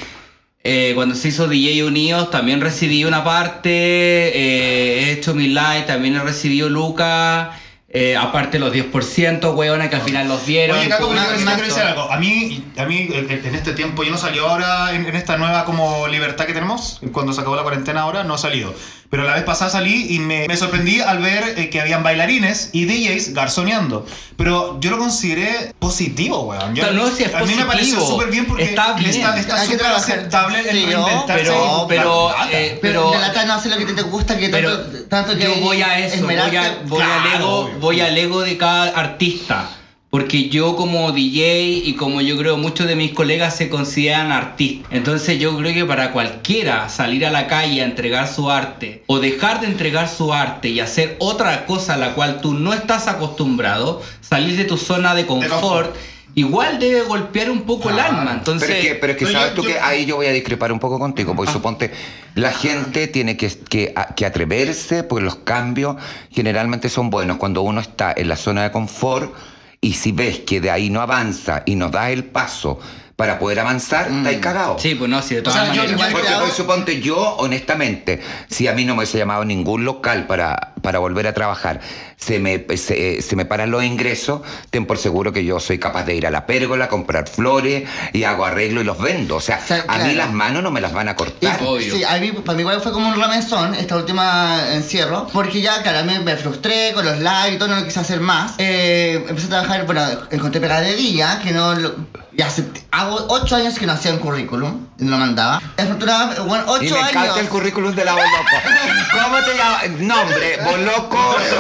S4: eh, cuando se hizo DJ Unidos también recibí una parte, eh, he hecho mi live, también he recibido Lucas, eh, aparte los 10%, weona, que al final los dieron.
S1: Oye, Caco, pero
S3: Una-
S1: yo quiero
S3: una-
S1: decir algo. A mí, a mí en en este tiempo, yo no salió ahora en, en esta nueva como libertad que tenemos, cuando se acabó la cuarentena ahora, no he salido. Pero la vez pasada salí y me, me sorprendí al ver eh, que habían bailarines y DJs garzoneando. Pero yo lo consideré positivo, weón. Yo-
S4: O sea, no, si es
S1: a mí me
S4: positivo.
S1: pareció súper bien porque
S4: Está bien.
S1: está está
S3: Hay que
S1: súper
S3: trabajar.
S1: aceptable el
S3: Sí, ¿no?
S1: reinventarse.
S4: pero,
S1: y-
S4: pero,
S1: Ah,
S4: eh,
S3: Pero,
S4: pero,
S3: la lata no hace lo que te gusta, que
S4: Pero
S3: tanto, tanto que
S4: yo voy a eso, voy,
S3: esmerarte.
S4: a- voy al
S1: Claro,
S4: ego,
S1: obvio.
S4: voy al ego de cada artista. Porque yo como DJ y como yo creo muchos de mis colegas se consideran artistas. Entonces yo creo que para cualquiera salir a la calle a entregar su arte o dejar de entregar su arte y hacer otra cosa a la cual tú no estás acostumbrado, salir de tu zona de confort,
S1: confort.
S4: igual debe golpear un poco el alma. Entonces, Ah.
S5: Pero es que, pero es que
S1: Pero yo-
S5: sabes tú
S1: yo-
S5: que ahí yo voy a discrepar un poco contigo, porque suponte, la gente tiene que, que, a- que atreverse, porque los cambios generalmente son buenos. Cuando uno está en la zona de confort y si ves que de ahí no avanza y no da el paso para poder avanzar, está ahí cagado.
S4: Mm. sí, pues no, sí, de todas
S1: sea, yo-
S4: maneras.
S3: yo-
S5: Porque
S3: Claro.
S5: pues, suponte yo, honestamente, si a mí no me hubiese llamado ningún local para, para volver a trabajar, se me, se, se me paran los ingresos, ten por seguro que yo soy capaz de ir a la pérgola, comprar flores y hago arreglo y los vendo. O sea,
S3: O sea,
S5: a
S3: claro.
S5: mí las manos no me las van a
S3: Y-
S5: cortar.
S4: obvio.
S3: Sí, a mí, para mí igual fue como un ramezón esta última encierro, porque ya, claro, a mí me frustré con los live y todo, no lo quise hacer más. Eh, empecé a trabajar, bueno, encontré pegadería, que no lo... Ya hace, hago ocho años que no hacía un currículum, no lo mandaba. Afortunadamente, bueno,
S5: Y
S3: ocho
S5: me encanta
S3: años.
S5: el currículum de la Boloco. ¿Cómo te llamas? Nombre, Boloco,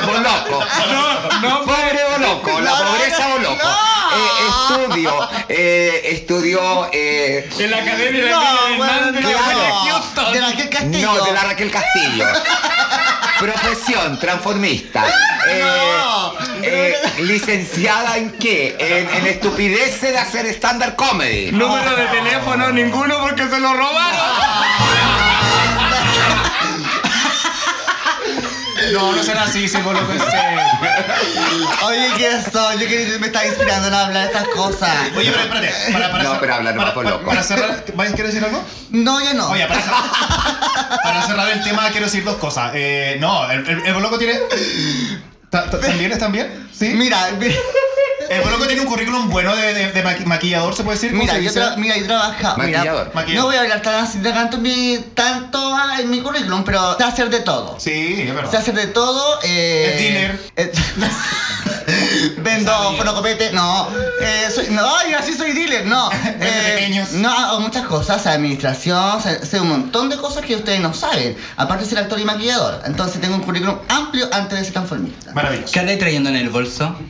S5: Boloco.
S4: no,
S5: Pobre Boloco, la
S3: No, no,
S5: pobreza
S3: no,
S5: Boloco.
S3: no.
S5: Eh, estudio, eh, estudio... eh,
S4: En la academia
S3: No, bueno, no, de la que Castillo.
S5: No, de la Raquel Castillo. Profesión, transformista.
S3: No.
S5: eh, ¿Licenciada en qué? En, en estupideces de hacer stand-up comedy.
S4: Número de teléfono, ninguno porque se lo robaron.
S1: No, no será así, se coloca ese.
S3: Oye, ¿qué es eso? Yo que me está inspirando en hablar estas cosas.
S1: Oye, pero espérate. Para, para,
S5: No,
S1: cer-
S5: pero habla nomás,
S1: para,
S5: por
S1: para-
S5: loco.
S1: para cerrar, ¿Vaya, ¿quieres decir algo?
S3: No, ya no.
S1: Oye, para cerrar, para cerrar el tema quiero decir dos cosas. Eh, no, el, el, el Boloco tiene... ¿Ta- ta- ¿También están bien? ¿Sí?
S3: Mira, mira.
S1: El Boloco tiene un currículum bueno de, de- de maqui- maquillador, ¿se puede decir? ¿Cómo
S3: Mira,
S1: se
S3: yo
S1: dice?
S3: tra- mira, yo trabajo. mira,
S5: Maquillador.
S1: Maquillador.
S3: No voy a hablar tan así de tanto, en mi, tanto ah, en mi currículum, pero sé hacer de todo.
S1: Sí, es verdad.
S3: Sé hacer de todo. Eh,
S1: Es dealer.
S3: eh, Vendo fonocopete, no. Eh, soy, no, ay, así soy dealer, no. eh,
S1: Vende pequeños.
S3: No, hago muchas cosas, sé administración, sé, sé un montón de cosas que ustedes no saben. Aparte de ser actor y maquillador. Entonces tengo un currículum amplio antes de ser transformista.
S1: Maravilloso.
S4: ¿Qué andáis trayendo en el bolso?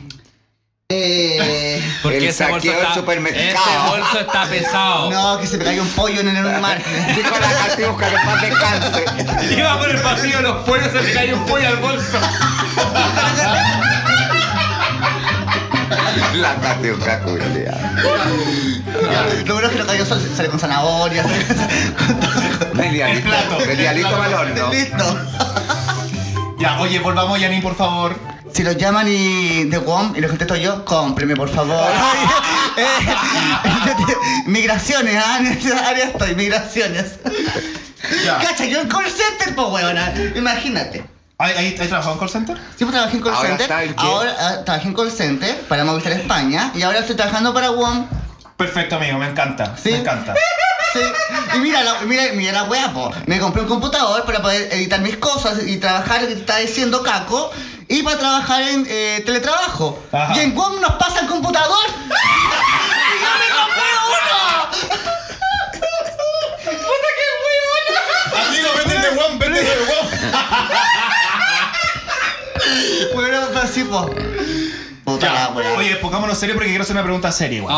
S3: Eh,
S5: El saqueo del supermercado.
S4: Este bolso está
S1: Oh.
S4: pesado.
S3: no, que se me caiga un pollo en el animal.
S5: Dijo la Catiusca que paz descanse.
S4: Iba por el pasillo de los pollos, se le cae un pollo al bolso.
S5: La Catiusca Julia.
S3: Lo bueno es que no cayó sol, sale con zanahoria, sale con todo.
S5: Medialito, medialito al horno.
S3: Listo.
S1: Ya, oye, volvamos, Yanin, por favor.
S3: Si los llaman y de WOM y los contesto yo, cómpreme, por favor. Eh, migraciones, ¿ah? en esa área estoy, migraciones.
S1: Ya.
S3: Cacha, yo en call center, pues huevona, imagínate.
S1: ¿Hay, hay, hay trabajado en call center?
S3: Siempre trabajé en call
S5: Ahora
S3: center,
S5: está en qué?
S3: ahora ah, trabajé en call center para Movistar España y ahora estoy trabajando para WOM.
S1: Perfecto, amigo, me encanta.
S3: Sí.
S1: Me encanta.
S3: Sí. Y mira, la, mira, mira la wea, po. Me compré un computador para poder editar mis cosas y trabajar, lo que te está diciendo Caco, y para trabajar en eh, teletrabajo.
S1: Ajá.
S3: Y en WOM nos pasa el computador. ¡Y yo me compré uno!
S1: Amigo, véndete Juan, véndete Juan.
S3: Bueno, pero sí, po. Puta la wea.
S1: Oye, pongámonos serio porque quiero hacer una pregunta seria, weón.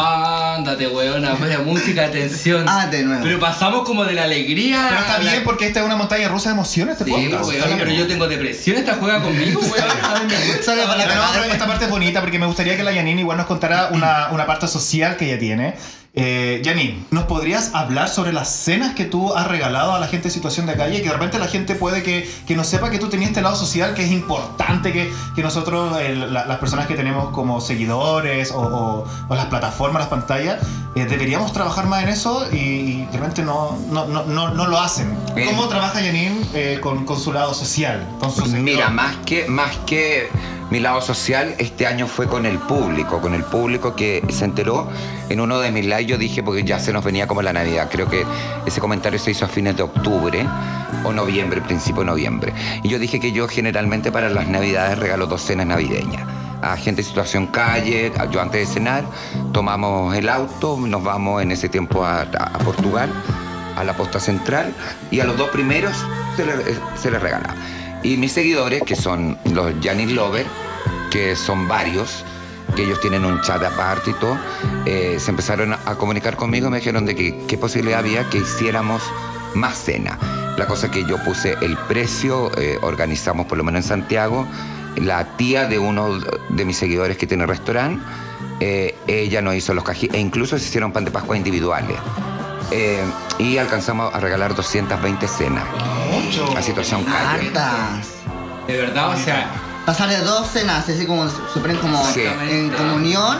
S4: Ándate, weona, la música, atención.
S3: Ah, de nuevo.
S4: Pero pasamos como de la alegría.
S1: Pero
S4: a
S1: está
S4: la-
S1: bien porque esta es una montaña rusa de emociones, este
S4: Ah, Sí,
S1: podcast.
S4: weona, pero yo tengo depresión, esta juega conmigo, weona. Ay, me gusta.
S3: Sale para la
S1: No, no,
S3: cagada.
S1: pero esta parte es bonita porque me gustaría que la Janine igual nos contara una, una parte social que ella tiene. Eh, Janine, ¿nos podrías hablar sobre las cenas que tú has regalado a la gente en situación de calle? Que de repente la gente puede que, que no sepa que tú tenías este lado social que es importante que, que nosotros, eh, la- las personas que tenemos como seguidores o, o- o las plataformas, las pantallas, eh, deberíamos trabajar más en eso y, y de repente no, no, no, no, no lo hacen.
S5: Bien.
S1: ¿Cómo trabaja Janine eh, con, con su lado social? Con su sector?
S5: Mira, más que, más que mi lado social, este año fue con el público, con el público que se enteró. En uno de mis lives yo dije, porque ya se nos venía como la Navidad, creo que ese comentario se hizo a fines de octubre o noviembre, principio de noviembre. Y yo dije que yo generalmente para las Navidades regalo dos cenas navideñas. A gente en situación calle, a- yo antes de cenar, tomamos el auto, nos vamos en ese tiempo a- a- a Portugal a la posta central y a los dos primeros se les se les regalaba. Y mis seguidores, que son los Janis Lover, que son varios, que ellos tienen un chat aparte y todo, eh, se empezaron a, a comunicar conmigo y me dijeron de que qué posibilidad había que hiciéramos más cena. La cosa que yo puse el precio, eh, organizamos por lo menos en Santiago, la tía de uno de mis seguidores que tiene restaurante, eh, ella nos hizo los cajitos, e incluso se hicieron pan de Pascua individuales. Eh, y alcanzamos a regalar 220 cenas. A situación
S3: Ah,
S5: calle.
S3: Hartas.
S4: De verdad, o sea,
S3: Pasar de dos cenas, así como superen como
S5: Sí.
S3: en comunión,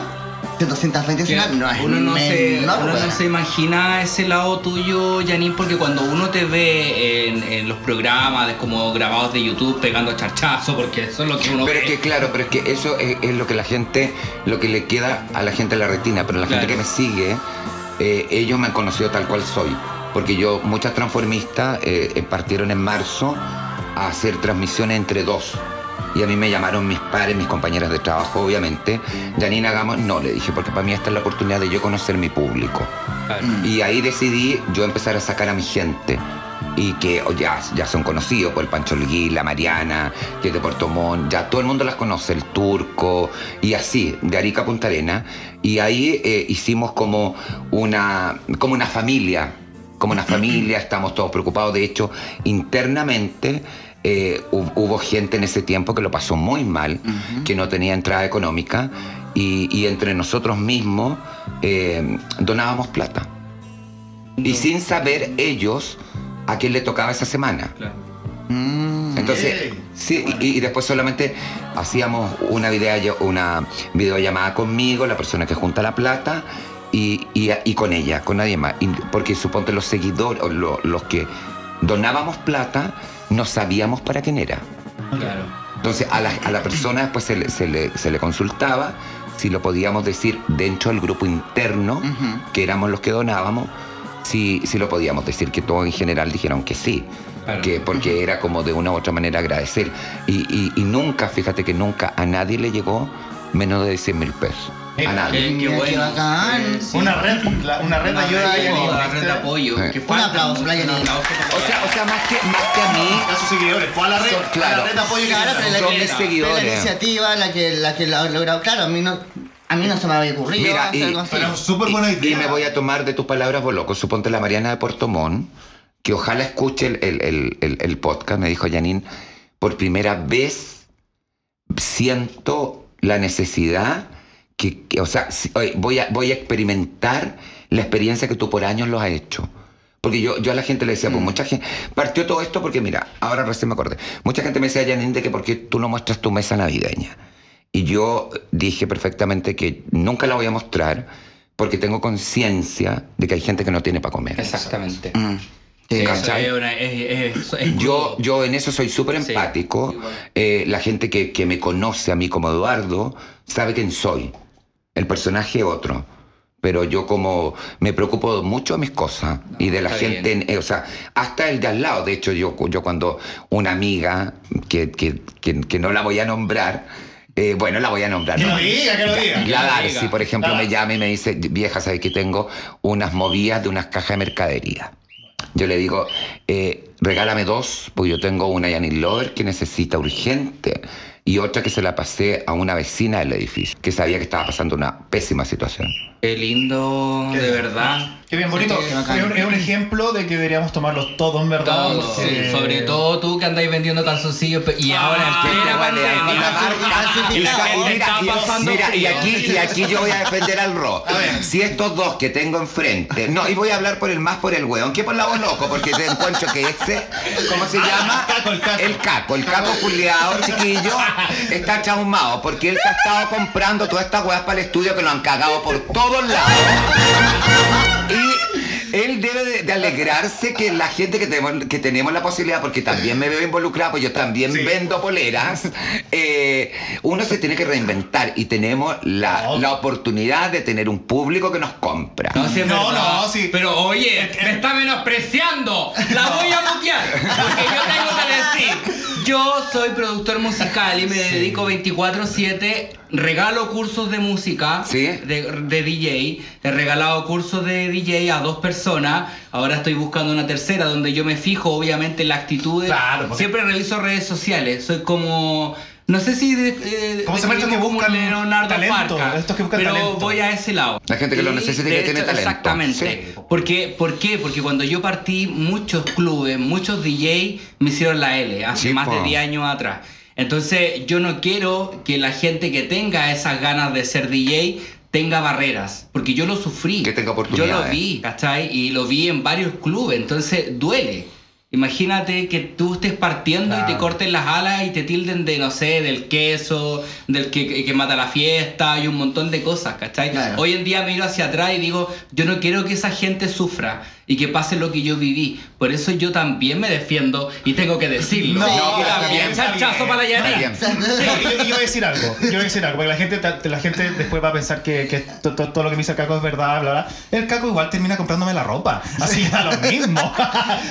S3: de 220
S4: que
S3: cenas, no es
S4: uno, no se,
S3: menor,
S4: uno no
S3: weón.
S4: se imagina ese lado tuyo, Janine, porque cuando uno te ve en, en los programas de- como grabados de YouTube pegando charchazo, porque eso es lo que uno
S5: Pero
S4: ve.
S5: es que claro, pero es que eso es, es lo que la gente, lo que le queda a la gente en la retina, pero la gente
S4: Claro.
S5: que me sigue, eh, ellos me han conocido tal cual soy, porque yo, muchas transformistas eh, eh, partieron en marzo a hacer transmisiones entre dos. Y a mí me llamaron mis pares, mis compañeras de trabajo, obviamente. Janine, hagamos. No, le dije, porque para mí esta es la oportunidad de yo conocer mi público.
S4: Claro.
S5: Y ahí decidí yo empezar a sacar a mi gente. Y que oh, ya, ya son conocidos por el Pancho Olguín, la Mariana, que es de Puerto Montt, ya todo el mundo las conoce, el turco, y así, de Arica a Punta Arena. Y ahí eh, hicimos como una, como una familia, como una familia, estamos todos preocupados. De hecho, internamente eh, hub- hubo gente en ese tiempo que lo pasó muy mal, que no tenía entrada económica, y, y entre nosotros mismos eh, donábamos plata. Y sin saber ellos a quién le tocaba esa semana.
S4: Claro.
S5: Entonces, sí, y, y después solamente hacíamos una, video, una videollamada conmigo, la persona que junta la plata, y, y- y con ella, con nadie más. Y porque suponte los seguidores, o lo- los que donábamos plata, no sabíamos para quién era.
S4: claro.
S5: Entonces a la, a la persona después se le, se le- se le consultaba si lo podíamos decir dentro del grupo interno,
S3: Ujú.
S5: que éramos los que donábamos, si, si lo podíamos decir, que todos en general dijeron que sí,
S4: Claro.
S5: que porque era como de una u otra manera agradecer. Y, y- y nunca, fíjate que nunca a nadie le llegó menos de 100 mil pesos. A nadie.
S1: eh.
S4: Qué,
S3: Mira,
S4: qué
S3: qué
S4: bueno.
S3: bacán.
S4: Sí.
S1: Una red, la- una red
S4: Una red
S1: ayuda a
S4: de apoyo,
S1: Janine.
S4: una red de apoyo.
S5: Sí.
S4: que
S5: Un
S4: falta
S3: aplauso,
S4: mucho,
S3: Brian.
S4: un aplauso para
S5: O sea, o sea más, que, más que a mí,
S1: a sus seguidores. Pues a la red,
S5: Son- claro.
S1: a la red apoyo que
S3: Claro,
S1: necesitan.
S3: pero la
S5: son
S3: que-
S5: mis
S3: Pero la
S5: seguidores.
S3: iniciativa, la que la que la ha logrado, claro, a mí no A mí no se me había ocurrido
S5: Mira,
S3: hacer
S5: y,
S3: algo así.
S1: pero súper buena
S5: y-
S1: idea.
S5: y me voy a tomar de tus palabras, Boloco. Suponte la Mariana de Puerto Montt, que ojalá escuche el, el- el- el- el podcast, me dijo Janine, por primera vez siento la necesidad que, que- o sea, si- oye, voy a, voy a experimentar la experiencia que tú por años lo has hecho. Porque yo, yo a la gente le decía, pues mucha gente, partió todo esto porque mira, ahora recién me acordé, mucha gente me decía, Janine, de que por qué tú no muestras tu mesa navideña. Y yo dije perfectamente que nunca la voy a mostrar porque tengo conciencia de que hay gente que no tiene para comer.
S4: Exactamente.
S5: Mm.
S4: Eso
S5: ¿Cachai?
S4: es una- es- es- es-
S5: Yo, yo en eso soy súper
S4: Sí,
S5: empático.
S4: igual.
S5: Eh, la gente que, que me conoce a mí como Eduardo sabe quién soy. El personaje es otro. Pero yo como me preocupo mucho de mis cosas y de la
S4: está
S5: gente, en- eh, o sea, hasta el de al lado. De hecho, yo, yo cuando una amiga, que, que- que- que no la voy a nombrar, eh, bueno, la voy a nombrar.
S1: Que lo
S5: ¿no?
S1: diga, que lo diga.
S5: La
S4: la
S5: Darcy,
S4: diga.
S5: por ejemplo,
S1: La
S5: me
S1: Darcy.
S5: llama y me dice, vieja, ¿sabes que tengo unas movidas de unas cajas de mercadería? Yo le digo, eh, regálame dos, porque yo tengo una Janis Lover que necesita urgente y otra que se la pasé a una vecina del edificio, que sabía que estaba pasando una pésima situación.
S4: Qué lindo, de verdad.
S1: Qué bien bonito.
S3: Sí, qué bacán.
S1: es, un, es un ejemplo de que deberíamos tomarlos todos, en verdad.
S4: Todo,
S1: porque-
S4: sí, Sobre todo tú que andáis vendiendo calzoncillos pe- y ahora en
S5: Este
S4: plena
S5: huele a
S4: pandemia.
S5: la marca.
S4: Y la gente
S5: Mira,
S4: está
S5: y-
S4: pasando
S5: mira, y
S4: frío.
S5: aquí, y aquí yo voy a defender al Ro. Si estos dos que tengo enfrente, no, y voy a hablar por el más por el weón, que por la voz loco, porque te encuentro que ese, ¿cómo se llama?
S1: el caco.
S5: El caco, el caco culiao, chiquillo, está traumado, porque él se ha estado comprando todas estas weas para el estudio que lo han cagado por todos lados. Y él debe de, de alegrarse que la gente que tenemos, que tenemos la posibilidad, porque también me veo involucrada, pues yo también vendo poleras, eh, uno se tiene que reinventar y tenemos la, la oportunidad de tener un público que nos compra.
S4: No, sí es
S1: No,
S4: verdad.
S1: no, sí.
S4: Pero oye, me está menospreciando. La voy a mutear. Porque yo tengo que decir. Yo soy productor musical y me dedico 24-7. Regalo cursos de música,
S5: Sí.
S4: de, de DJ. He regalado cursos de DJ a dos personas. Ahora estoy buscando una tercera donde yo me fijo, obviamente, en la actitud.
S1: Claro, porque-
S4: Siempre reviso redes sociales. Soy como. No sé si. de- eh,
S1: ¿Cómo se llama estos que
S4: describirme como
S1: buscan
S4: Leonardo
S1: talento?
S4: Farca,
S1: Estos que buscan
S4: pero
S1: talento.
S4: voy a ese lado.
S5: La gente que lo
S4: Y,
S5: necesita
S4: de
S5: y que tiene talento.
S4: Exactamente.
S5: Sí.
S4: Porque, ¿Por qué? Porque cuando yo partí, muchos clubes, muchos DJ me hicieron la L hace
S5: Sí,
S4: más
S5: po.
S4: de 10 años atrás. Entonces, yo no quiero que la gente que tenga esas ganas de ser DJ tenga barreras, porque yo lo sufrí.
S5: Que tenga
S4: Yo
S5: oportunidades.
S4: lo vi, ¿cachai? Y lo vi en varios clubes, entonces duele. Imagínate que tú estés partiendo y te corten las alas y te tilden de, no sé, del queso, del que, que mata la fiesta y un montón de cosas, ¿cachai?
S3: Claro.
S4: Hoy en día miro hacia atrás y digo, yo no quiero que esa gente sufra y que pase lo que yo viví. Por eso yo también me defiendo y tengo que decirlo.
S1: No,
S4: y
S1: está
S4: también
S1: bien, está
S4: chachazo
S1: bien,
S4: para la
S5: está
S4: Yanina.
S1: yo, yo
S5: bien.
S1: voy a decir algo, yo voy a decir algo, porque la gente, ta- la gente después va a pensar que, que to- to- todo lo que me dice el caco es verdad, bla, bla. El caco igual termina comprándome la ropa, así que da lo mismo.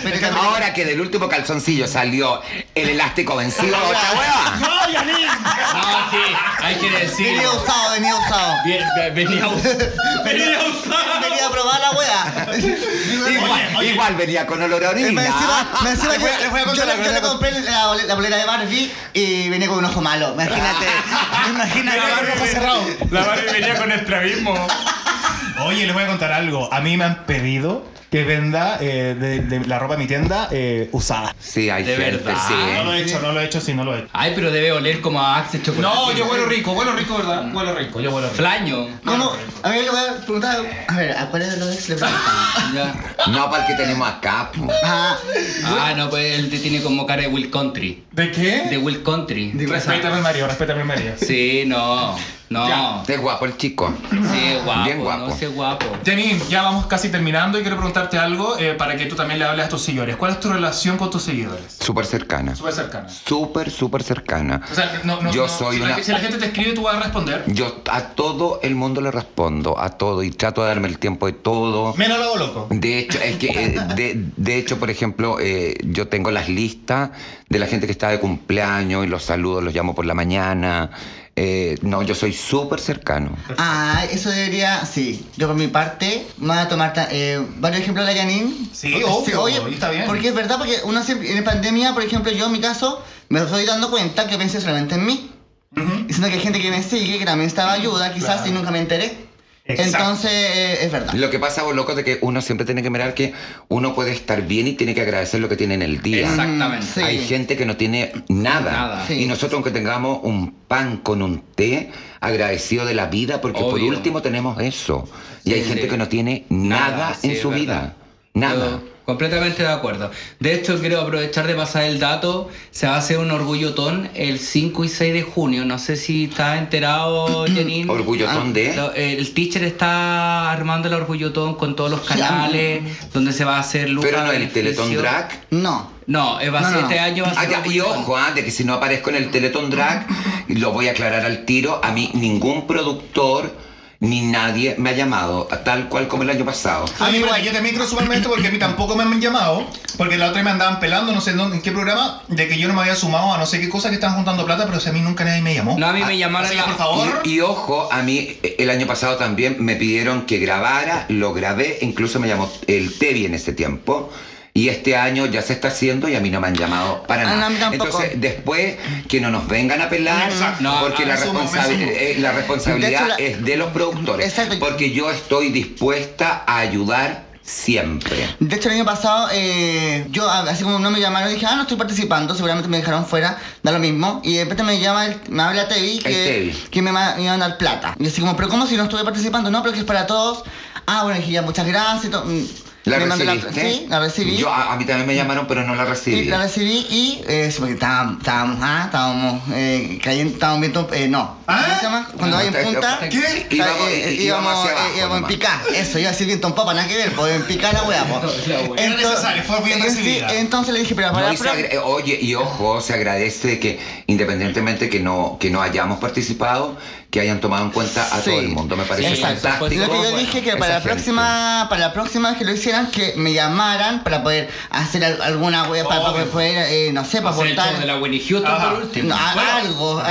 S1: El caco-
S5: Ahora que del último calzoncillo salió el elástico vencido, otra hueva.
S1: ¡No, Yanin!
S4: No, sí, hay que
S3: Venía
S4: decirlo.
S3: usado, venía usado.
S4: Bien, bien, Venía usado. Venía
S3: Venía a
S4: usado.
S3: probar la wea.
S5: Igual,
S1: oye.
S5: igual venía con olor a
S3: Eh, Me encima,
S5: orina.
S3: me encima
S1: Les voy a-
S3: yo-
S1: les voy a contar
S3: yo,
S1: algo,
S3: yo
S1: les
S3: le
S1: voy a
S3: compré la, bol- la bolera de Barbie y venía con un ojo malo. Imagínate. imagínate.
S4: La Barbie venía con estrabismo.
S1: Oye, les voy a contar algo. A mí me han pedido que venda eh, de, de la ropa de mi tienda eh, usada.
S5: Sí, hay
S4: De
S5: gente,
S4: verdad.
S1: No
S5: sí.
S1: lo he hecho, no lo he hecho, sí, no lo he hecho.
S4: Ay, pero debe oler como a Axe Chocolate. Mm.
S7: No, yo huelo rico, huelo rico, ¿verdad? Huelo rico, yo huelo rico.
S4: Flaño.
S3: ¿Cómo? A mí le voy a preguntar. A ver, ¿a cuál es lo de Celebrity?
S4: Ya.
S5: No para el que tenemos acá. po.
S3: Ah,
S4: Ah, no, pues él te tiene como cara de Will Country.
S1: ¿De qué?
S4: De Will Country.
S1: Respétame el Mario, respétame el Mario.
S4: Sí, no. No.
S5: Es guapo el chico.
S4: Sí, es guapo.
S5: Bien guapo.
S4: No, sí, es guapo.
S7: Janine, ya vamos casi terminando y quiero preguntarte algo eh, para que tú también le hables a tus seguidores. ¿Cuál es tu relación con tus seguidores?
S5: Súper cercana.
S7: Súper cercana.
S5: Súper, súper cercana.
S7: O sea, no, no,
S5: Yo
S7: no-
S5: soy
S7: si,
S5: una-
S7: la, si la gente te escribe, tú vas a responder.
S5: Yo a todo el mundo le respondo, a todo, y trato de darme el tiempo de todo.
S1: Menos lo loco.
S5: De hecho, es que, eh, de, de hecho, por ejemplo, eh, yo tengo las listas de la gente que está de cumpleaños y los saludo, los llamo por la mañana. Eh, no, yo soy súper cercano.
S3: ah, eso debería. Sí, yo por mi parte me voy a tomar ta- eh, varios ejemplos de la Janine.
S1: Sí, obvio,
S3: oye,
S1: y está bien.
S3: Porque es verdad, porque uno siempre, en pandemia, por ejemplo, yo en mi caso, me estoy dando cuenta que pensé solamente en mí. Y siento que hay gente que me sigue, que también estaba ayuda, quizás, y nunca me enteré.
S1: Exacto.
S3: Entonces, eh, es verdad.
S5: Lo que pasa, vos loco, de que uno siempre tiene que mirar que uno puede estar bien y tiene que agradecer lo que tiene en el día.
S4: Exactamente.
S3: Mm, Sí.
S5: Hay gente que no tiene nada.
S4: Nada.
S3: Sí.
S5: Y nosotros, aunque tengamos un pan con un té, agradecido de la vida, porque por
S4: Obvio.
S5: último tenemos eso. Y hay
S4: Sí,
S5: gente
S4: sí.
S5: que no tiene
S4: Nada,
S5: nada,
S4: sí,
S5: en
S4: es
S5: su
S4: verdad.
S5: vida. Nada.
S4: Yo completamente de acuerdo. De hecho, quiero aprovechar de pasar el dato. Se va a hacer un orgullotón el 5 y 6 de junio. No sé si estás enterado, Janine.
S5: Orgullotón de-
S4: Lo- eh, El teacher está armando el orgullotón con todos los canales, donde se va a hacer luz.
S5: Pero no, el Teletón Drag.
S3: No.
S4: No, eh, va a
S3: No,
S4: ser
S3: no,
S4: este
S3: no.
S4: año va a
S5: Ah,
S4: ser
S5: ya, y
S4: orgullotón.
S5: ojo, ah, de que si no aparezco en el Teletón Drag, lo voy a aclarar al tiro. A mí ningún productor ni nadie me ha llamado, tal cual como el año pasado.
S1: A mí, bueno, yo también quiero sumarme a esto porque a mí tampoco me han llamado, porque la otra me andaban pelando, no sé en, dónde, en qué programa, de que yo no me había sumado a no sé qué cosa que estaban juntando plata, pero si a mí nunca nadie me llamó.
S4: No, a mí me
S1: Ah,
S4: llamaron
S1: así que,
S4: la-
S1: por favor.
S5: Y, y ojo, a mí eh, el año pasado también me pidieron que grabara, lo grabé, incluso me llamó el Tevi en ese tiempo. Y este año ya se está haciendo y a mí no me han llamado para
S3: Ah, no,
S5: nada.
S3: a mí tampoco.
S5: Entonces, después que no nos vengan a pelar,
S1: Exacto.
S4: No,
S5: porque
S4: ah,
S5: la,
S1: me sumo, me
S5: responsabi-
S1: sumo.
S5: eh, la responsabilidad
S3: De hecho, la-
S5: es de los productores.
S3: Exacto.
S5: Porque yo estoy dispuesta a ayudar siempre.
S3: De hecho, el año pasado, eh, yo a- así como no me llamaron, dije, ah, no estoy participando, seguramente me dejaron fuera, da lo mismo. Y de repente me llama, el- me habla Tevi que,
S5: Tevi.
S3: que me, va- me iban a dar plata. Y así como, pero ¿cómo si no estuve participando? No, pero que es para todos. Ah, bueno, dije, ya, muchas gracias. y todo. Mm.
S5: ¿La
S3: Me mandó
S5: recibiste?
S3: sí, la recibí.
S5: Yo, a, a mí también me llamaron, pero no la recibí.
S3: Sí, la recibí y eh, sí, porque estábamos, estábamos, ah, estábamos eh, cayendo, estábamos viendo, eh, no.
S1: ¿Ah?
S3: ¿Cómo se llama? Cuando
S5: No,
S3: hay en
S5: te-
S3: punta.
S5: te-
S3: eh,
S5: ¿Qué? Íbamos-
S3: eh,
S5: íbamos hacia
S3: eh,
S5: abajo
S3: íbamos en
S5: nomás.
S3: picar. Eso, iba a decir viento en popa, nada que ver, pues en picar la hueá, po.
S4: La hueá.
S1: Era necesario, fue bien
S3: entonces,
S1: recibida.
S3: sí, entonces le dije, pero
S5: No,
S3: para
S5: y
S3: la
S5: se
S3: pro-
S5: agra- eh, oye, y ojo, se agradece que independientemente que no, que no hayamos participado, que hayan tomado en cuenta a
S3: Sí.
S5: todo el mundo. Me parece
S3: Exacto.
S5: fantástico.
S3: Lo que yo
S5: Bueno,
S3: dije que
S5: esa
S3: para la
S5: gente.
S3: próxima, para la próxima vez que lo hicieran, que me llamaran para poder hacer al- alguna wea, para,
S1: Obvio.
S3: poder, eh, no sé, para
S4: Hacer el show
S3: aportar
S4: de la Winnie Houston
S1: Ajá.
S4: por último.
S3: no, a-
S1: Bueno,
S3: algo, algo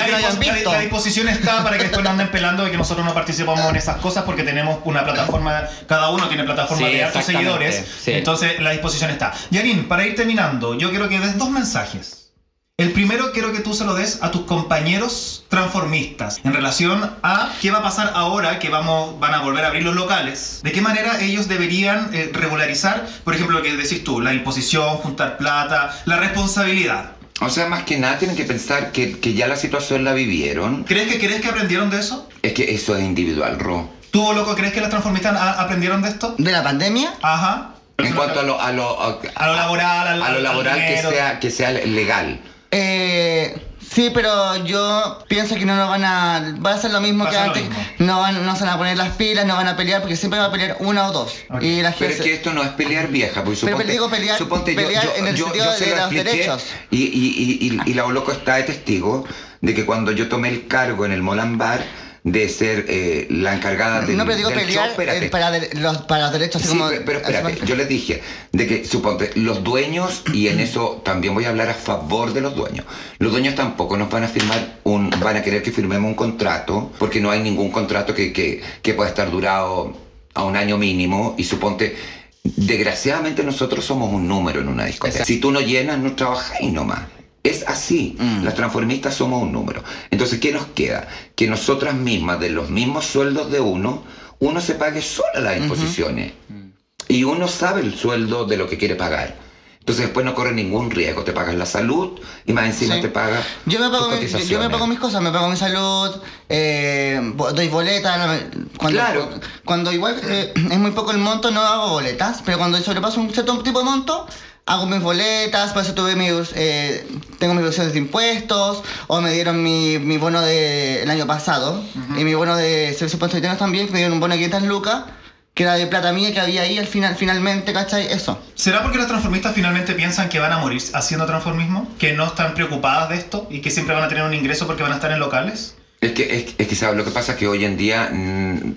S1: la,
S3: que no Ah, hayan
S1: dispos- la-
S3: visto.
S1: la disposición está para que después no anden pelando de que nosotros no participamos en esas cosas porque tenemos una plataforma, cada uno tiene plataforma
S4: Sí,
S1: de altos
S4: exactamente,
S1: seguidores.
S4: sí.
S1: Entonces la disposición está. Yarin, para ir terminando, yo quiero que des dos mensajes. El primero quiero que tú se lo des a tus compañeros transformistas en relación a qué va a pasar ahora que vamos, van a volver a abrir los locales. ¿De qué manera ellos deberían eh, regularizar, por ejemplo, lo que decís tú, la imposición, juntar plata, la responsabilidad?
S5: O sea, más que nada tienen que pensar que, que ya la situación la vivieron.
S1: ¿Crees que, ¿Crees que aprendieron de eso?
S5: Es que eso es individual, Ro.
S1: ¿Tú, loco, crees que las transformistas a- aprendieron de esto?
S3: ¿De la pandemia?
S1: Ajá.
S5: En cuanto a lo, a lo, a-
S1: A lo laboral, al-
S5: a lo
S1: al
S5: laboral que
S1: dinero.
S5: sea, que sea legal.
S3: Eh, sí, pero yo pienso que no nos van a. Va a ser lo mismo
S1: Va a
S3: que
S1: ser lo
S3: antes.
S1: mismo.
S3: No, van, no se van a poner las pilas, no van a pelear, porque siempre va a pelear una o dos.
S1: Ok.
S3: Y la
S5: Pero
S3: gente.
S5: es que esto no es pelear vieja, porque
S3: Pero
S5: suponte,
S3: digo pelear-
S5: suponte
S3: pelear en el sentido
S5: se
S3: de
S5: lo
S3: los
S5: expliqué,
S3: derechos.
S5: Y, y, y, y, y la Oloco está de testigo de que cuando yo tomé el cargo en el Molambar de ser eh, la encargada del
S3: no, pero digo
S5: del
S3: pelear
S5: show, espérate.
S3: eh, para, de- los, para los derechos, así
S5: Sí,
S3: como.
S5: pero, pero espérate,
S3: así-
S5: yo les dije de que suponte los dueños, y en eso también voy a hablar a favor de los dueños, los dueños tampoco nos van a firmar un, van a querer que firmemos un contrato, porque no hay ningún contrato que, que, que pueda estar durado a un año mínimo, y suponte, desgraciadamente nosotros somos un número en una discoteca.
S4: Exacto.
S5: Si tú no llenas, no trabajáis nomás. Es así,
S3: Mm.
S5: las transformistas somos un número. Entonces, ¿qué nos queda? Que nosotras mismas, de los mismos sueldos de uno, uno se pague sola las imposiciones. Y uno sabe el sueldo de lo que quiere pagar. Entonces después no corre ningún riesgo. Te pagas la salud y más encima
S3: Sí.
S5: te pagas
S3: Yo me, pago mi- yo-
S5: tus
S3: yo me
S5: cotizaciones.
S3: pago mis cosas, me pago mi salud, eh, bo- doy boletas. Cuando,
S5: Claro.
S3: Cuando igual eh, es muy poco el monto, no hago boletas, pero cuando sobrepaso un cierto tipo de monto, hago mis boletas, por eso tuve mis, eh, tengo mis deducciones de impuestos, o me dieron mi, mi bono del año pasado, y mi bono de servicios penitenciarios también, que me dieron un bono de 500 lucas, que era de plata mía que había ahí al final, finalmente, ¿cachai? Eso.
S1: ¿Será porque las transformistas finalmente piensan que van a morir haciendo transformismo? ¿Que no están preocupadas de esto y que siempre van a tener un ingreso porque van a estar en locales?
S5: Es que, es, es que ¿sabes? lo que pasa es que hoy en día mm,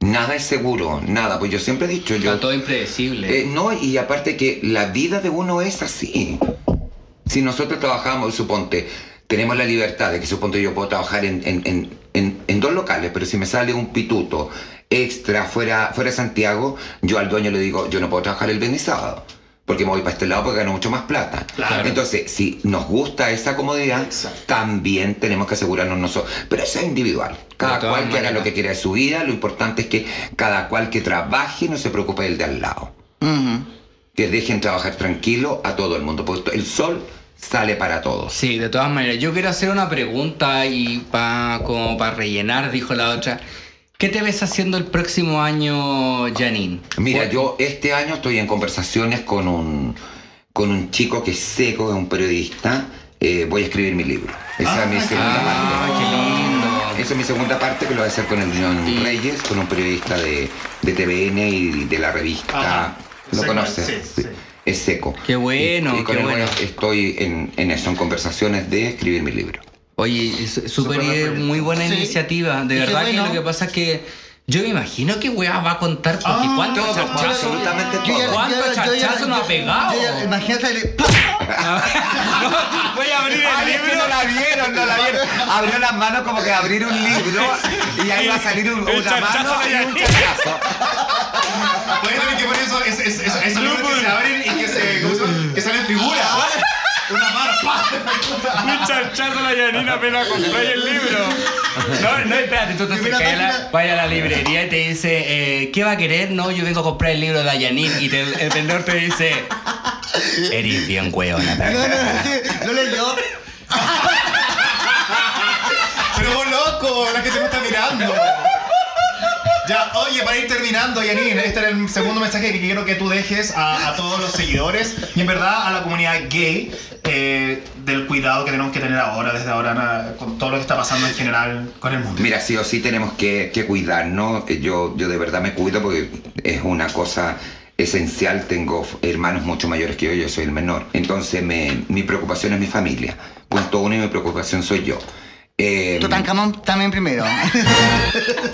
S5: nada es seguro, nada. Pues yo siempre he dicho, yo,
S4: Está todo impredecible.
S5: Eh, no, y aparte que la vida de uno es así. Si nosotros trabajamos, suponte, tenemos la libertad de que suponte yo puedo trabajar en, en- en- en- en dos locales, pero si me sale un pituto extra fuera, fuera de Santiago, yo al dueño le digo, yo no puedo trabajar el viernes y sábado. porque me voy para este lado porque gano mucho más plata.
S7: Claro.
S5: Entonces, si nos gusta esa comodidad,
S7: Exacto.
S5: también tenemos que asegurarnos nosotros. Pero eso es individual.
S4: De
S5: Cada
S4: todas
S5: cual que haga
S4: maneras.
S5: lo que quiera de su vida, lo importante es que cada cual que trabaje no se preocupe del de al lado. Que dejen trabajar tranquilo a todo el mundo, porque el sol sale para todos.
S4: Sí, de todas maneras. Yo quiero hacer una pregunta y pa, como para rellenar, dijo la otra. ¿Qué te ves haciendo el próximo año, Janine? Pues,
S5: Mira,
S4: Por-
S5: yo este año estoy en conversaciones con un, con un chico que es seco, es un periodista. Eh, voy a escribir mi libro. Esa es mi segunda
S4: Ah,
S5: parte.
S4: qué lindo.
S5: Esa es mi segunda parte que lo voy a hacer con el Dion
S4: Sí.
S5: Reyes, con un periodista de, de TVN y de la revista.
S1: Ajá.
S5: ¿Lo
S1: Seco,
S5: conoces?
S1: sí, sí.
S5: Es seco.
S4: Qué bueno,
S5: Y- y con
S4: qué
S5: él voy a-
S4: bueno.
S5: Estoy en, en eso, en conversaciones de escribir mi libro.
S4: Oye, es súper
S7: buen
S4: eh,
S7: proyecto.
S4: muy buena
S3: Sí.
S4: iniciativa. De
S3: Y qué
S4: verdad
S3: bueno.
S4: que lo que pasa es que yo me imagino que weá va a contar porque
S1: Ah,
S4: cuánto
S5: todo,
S4: charchazo-
S5: absolutamente
S4: Yo ya-
S5: todo.
S4: ¿Cuánto charchazo no ha pegado?
S3: yo ya- Imagínate, le- ¡pam!
S4: No, voy a abrir el
S5: Ay, Ah, es que
S4: libro.
S5: no la vieron, no la vieron. Abrió las manos como que abrir un libro y ahí va a salir un-
S7: El
S5: una mano
S7: charchazo de
S5: y un chachazo.
S1: Voy a tener que poner eso, es, es, es, esos libros que se abren y que, se, ¿cómo se llama? que salen figuras. Una mano, ¡pa!
S7: Un charchazo a la Yanina apenas compré el libro.
S4: No, no, espérate, tú te
S3: Primera
S4: acercas a la,
S3: página.
S4: vaya a la librería y te dice, eh, ¿qué va a querer? No, yo vengo a comprar el libro de Dayanil y te- el vendedor te dice, eres bien
S3: No, no,
S4: hueona.
S3: no, sí, lo leyó.
S1: Pero vos loco, la gente me está mirando. Ya, oye, para ir terminando, Janine, este era el segundo mensaje que quiero que tú dejes a, a todos los seguidores y en verdad a la comunidad gay eh, del cuidado que tenemos que tener ahora, desde ahora, na- con todo lo que está pasando en general con el mundo.
S5: Mira, sí o sí tenemos que, que cuidarnos. Eh, Yo, yo de verdad me cuido porque es una cosa esencial. Tengo f- hermanos mucho mayores que yo, yo soy el menor. Entonces me- mi preocupación es mi familia. Punto uno y mi preocupación soy yo. Eh,
S3: Tutankamón también primero.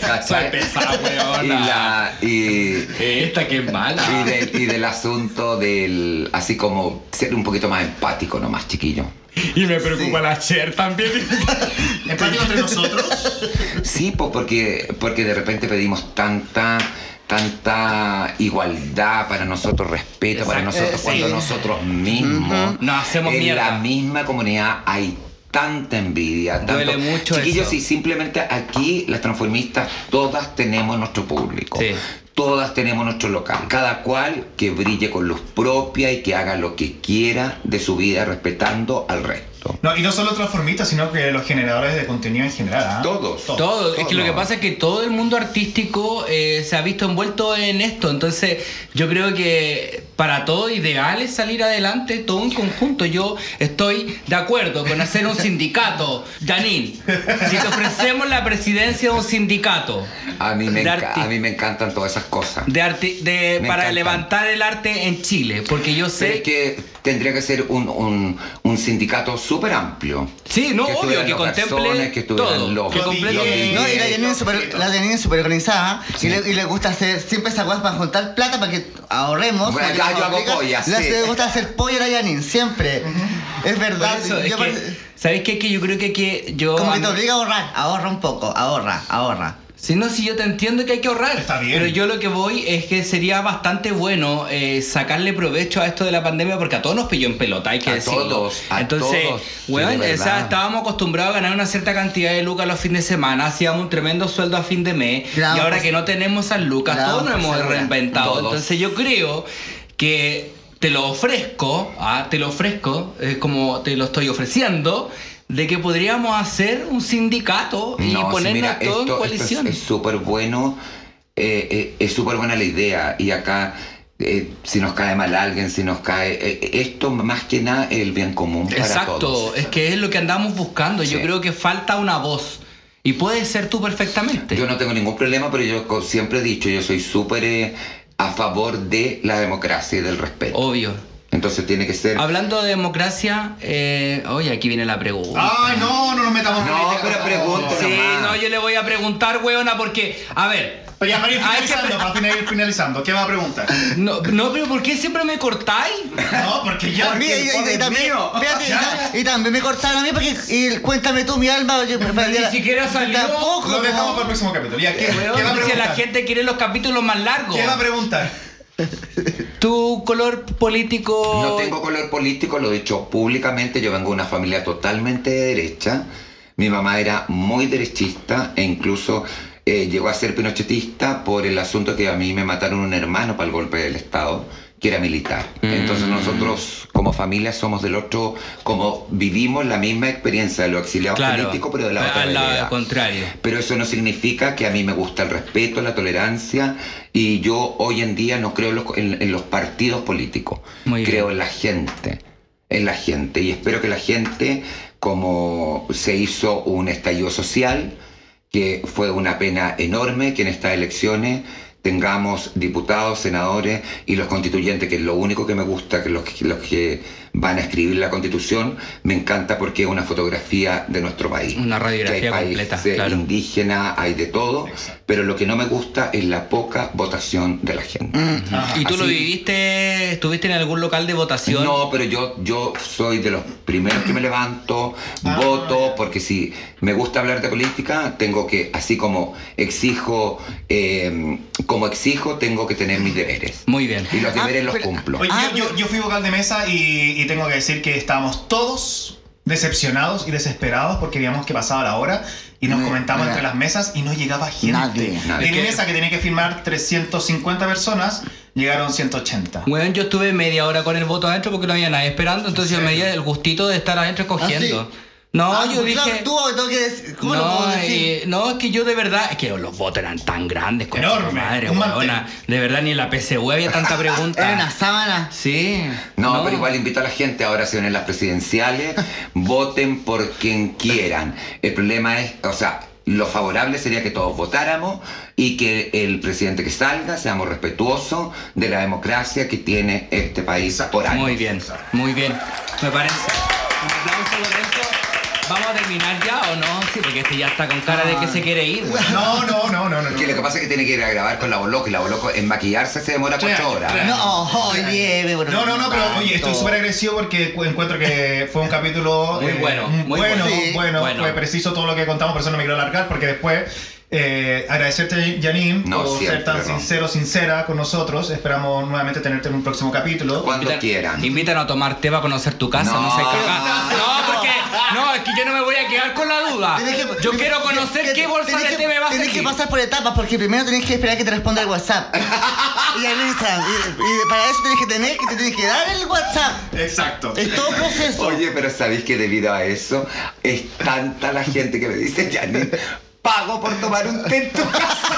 S5: ¿cachai?
S4: pesada,
S5: y, la, y,
S4: Esta que es mala.
S5: y, de- y del asunto del, así como ser un poquito más empático nomás, chiquillo.
S4: Y me preocupa la Cher también.
S1: Empático entre nosotros.
S5: Sí, pues porque, porque de repente pedimos tanta tanta igualdad para nosotros, respeto para
S4: Exacto,
S5: nosotros,
S4: sí.
S5: cuando nosotros mismos
S4: Ujú. Nos hacemos
S5: en
S4: mierda.
S5: la misma comunidad hay tanta envidia. Tanto,
S4: Duele mucho
S5: Chiquillos,
S4: eso.
S5: y simplemente aquí las transformistas todas tenemos nuestro público.
S4: Sí.
S5: Todas tenemos nuestro local. Cada cual que brille con luz propia y que haga lo que quiera de su vida respetando al resto.
S1: No, y no solo transformistas, sino que los generadores de contenido en general. ¿ah?
S5: Todos.
S4: Todo, es que lo que
S5: Todo.
S4: pasa es que todo el mundo artístico eh, se ha visto envuelto en esto, entonces yo creo que para todo ideal es salir adelante todo en conjunto. Yo estoy de acuerdo con hacer un sindicato, Janine. Si te ofrecemos la presidencia de un sindicato
S5: A mí, me
S4: de,
S5: enca-
S4: arti-
S5: a mí me encantan todas esas cosas.
S4: de arti- de-
S5: Me
S4: para
S5: encantan.
S4: levantar el arte en Chile, porque yo
S5: Pero
S4: sé
S5: es que tendría que ser un, un- un sindicato súper amplio.
S4: sí, no,
S5: que
S4: obvio
S5: estuvieran
S4: que
S5: los
S4: contemple
S5: garzones, que estuvieran
S4: todo,
S5: los-
S4: que
S1: los
S4: contemple-
S1: DJs.
S3: No, y la Janine es super, la Janine es super organizada
S5: Eh, Sí.
S3: y, le, y le gusta hacer siempre esas cosas para juntar plata para que ahorremos.
S5: Bueno,
S3: para
S5: ya
S3: que nos
S5: yo hago
S3: obliga.
S5: pollas,
S3: Le,
S5: sí.
S3: le gusta hacer pollo a la Janine, siempre. Es
S4: Por
S3: verdad.
S4: eso, es
S3: yo
S4: que-
S3: pare-
S4: ¿Sabes qué? Que yo creo que, que yo...
S3: como
S4: a
S3: que te
S4: mí-
S3: obliga a ahorrar, ahorra un poco, ahorra, ahorra.
S4: Si no, si yo te entiendo que hay que ahorrar.
S1: Está bien.
S4: Pero yo lo que voy es que sería bastante bueno eh, sacarle provecho a esto de la pandemia porque a todos nos pilló en pelota, hay que
S5: A
S4: decirlo.
S5: todos, a
S4: Entonces,
S5: todos, sí,
S4: weón,
S5: de
S4: o sea,
S5: verdad.
S4: estábamos acostumbrados a ganar una cierta cantidad de lucas los fines de semana, hacíamos un tremendo sueldo a fin de mes
S3: Claro,
S4: y ahora
S3: pues-
S4: que no tenemos esas lucas,
S3: Claro,
S4: todos nos
S3: pues,
S4: hemos
S3: segura.
S4: reinventado.
S5: Todos.
S4: Entonces, yo creo que te lo ofrezco, ah, te lo ofrezco, es como te lo estoy ofreciendo, de que podríamos hacer un sindicato y
S5: No, sí,
S4: ponernos todo
S5: mira,
S4: en
S5: esto- esto es-
S4: coalición.
S5: Es súper bueno, eh, eh, es súper buena la idea. Y acá, eh, si nos cae mal alguien, si nos cae... eh, esto más que nada es el bien común para
S4: Exacto, Este
S5: todos.
S4: es que es lo que andamos buscando. Yo
S5: Sí.
S4: creo que falta una voz. Y puedes ser tú perfectamente.
S5: Yo no tengo ningún problema, pero yo co- siempre he dicho, yo soy súper eh, a favor de la democracia y del respeto.
S4: Obvio.
S5: Entonces tiene que ser...
S4: Hablando de democracia, eh, oye, aquí viene la pregunta.
S5: Ah,
S1: Ay, no, no nos metamos en
S5: No,
S1: política,
S5: pero
S1: por favor.
S5: pregunto
S4: sí,
S5: nomás.
S4: no, yo le voy a preguntar, weona, porque, a ver,
S1: Pero ya, para ir
S4: Ay, que-
S1: finalizando, para fina- ir finalizando, ¿qué va a preguntar?
S4: no, no, pero ¿por qué siempre me cortáis?
S1: No, porque ya.
S3: Mira, y- y- y también- espérate, y ta- y también me cortaron a mí porque y cuéntame tú mi alma. yo-
S4: Ni siquiera salió.
S3: Tampoco,
S1: Lo dejamos
S3: ¿no?
S1: para el próximo capítulo. Ya, ¿qué,
S4: Weón,
S1: qué va a
S4: si
S1: preguntar?
S4: la gente quiere los capítulos más largos.
S1: ¿Qué va a preguntar?
S4: ¿Tu color político?
S5: No tengo color político, lo he dicho públicamente. Yo vengo de una familia totalmente de derecha. Mi mamá era muy derechista e incluso eh, llegó a ser pinochetista por el asunto que a mí me mataron un hermano para el golpe del Estado, que era militar.
S4: Mm.
S5: Entonces nosotros como familia somos del otro, como vivimos la misma experiencia de los exiliados
S4: Claro,
S5: políticos, pero de la otra
S4: al lado
S5: vereda.
S4: contrario.
S5: Pero eso no significa que a mí me gusta el respeto, la tolerancia y yo hoy en día no creo en los, en- en los partidos políticos,
S4: Muy bien.
S5: creo en la gente, en la gente y espero que la gente, como se hizo un estallido social, que fue una pena enorme que en estas elecciones tengamos diputados, senadores y los constituyentes, que es lo único que me gusta, que los, que- los que van a escribir la constitución, me encanta porque es una fotografía de nuestro país.
S4: Una radiografía
S5: Que hay
S4: completa,
S5: países
S4: claro.
S5: indígena, hay de todo, pero lo que no me gusta es la poca votación de la gente.
S4: Mm. ¿Y tú lo
S5: Ah, Así-
S4: viviste? ¿Estuviste en algún local de votación?
S5: No, pero yo, yo soy de los primeros que me levanto, voto, porque si me gusta hablar de política, tengo que, así como exijo, eh, como exijo, tengo que tener mis deberes.
S4: Muy bien.
S5: Y los deberes los
S3: pero-
S5: cumplo.
S1: Oye,
S3: Ah,
S1: yo, yo- yo fui vocal de mesa y, y tengo que decir que estábamos todos decepcionados y desesperados porque veíamos que pasaba la hora y nos
S3: No,
S1: comentamos
S3: nada.
S1: entre las mesas y no llegaba gente.
S3: Nadie.
S5: Nadie.
S1: En mesa que tenía que firmar 350 personas, llegaron 180.
S4: Bueno, yo estuve media hora con el voto adentro porque no había nadie esperando, entonces yo me di el gustito de estar adentro escogiendo.
S3: ¿Ah, sí?
S4: No,
S3: Ah,
S4: yo
S3: porque
S4: dije...
S3: claro, tú, tengo que decir- ¿Cómo lo puedo
S4: no,
S3: decir?
S4: eh, no, es que yo de verdad, es que los votos eran tan grandes, con
S1: Enorme,
S4: madre,
S1: un
S4: weona.
S1: mantel.
S4: De verdad, ni en la PCU había tanta pregunta.
S3: Era una sábana.
S4: Sí.
S5: No, pero igual invito a la gente, ahora se vienen las presidenciales, voten por quien quieran. El problema es, o sea, lo favorable sería que todos votáramos y que el presidente que salga seamos respetuosos de la democracia que tiene este país por años.
S4: Muy bien, muy bien. Me parece. Un aplauso, Lorenzo. ¿Vamos a terminar ya o no? Sí, porque este ya está con cara de que se quiere ir. weón.
S1: No, no, no, no, no.
S5: Que lo que
S1: no.
S5: pasa es que tiene que ir a grabar con la Boloco y la Boloco en maquillarse se demora
S1: Claro,
S5: cuatro horas.
S1: claro.
S3: No, oye, bien, bueno,
S1: No, no, no, pero oye, estoy
S3: tanto.
S1: súper agresivo porque cu- encuentro que fue un capítulo eh,
S4: Muy bueno, muy
S1: bueno,
S4: bueno.
S3: Sí.
S1: bueno,
S4: Bueno.
S1: fue preciso todo lo que contamos, por eso no me quiero alargar porque después eh, agradecerte Janine
S5: No,
S1: por ser
S5: siempre,
S1: tan
S5: no.
S1: sincero, sincera con nosotros. Esperamos nuevamente tenerte en un próximo capítulo.
S5: Cuando quieran.
S4: Invítanos a tomar té para conocer tu casa, no,
S5: No.
S4: sé cagar. No, porque. No, es que yo no me voy a quedar con la duda.
S3: Tenés que-
S4: yo
S3: tenés-
S4: quiero conocer
S3: tenés-
S4: qué bolsa
S3: tenés
S4: de
S3: que-
S4: té me va a
S3: Tenés que
S4: servir.
S3: pasar por etapas porque primero tenés que esperar que te responda el WhatsApp. y al Instagram. Y, y para eso tenés que tener que te tenés que dar el WhatsApp.
S1: Exacto.
S3: Es todo un proceso.
S5: Oye, pero ¿sabéis que debido a eso es tanta la gente que me dice, Janine, pago por tomar un té en tu casa"?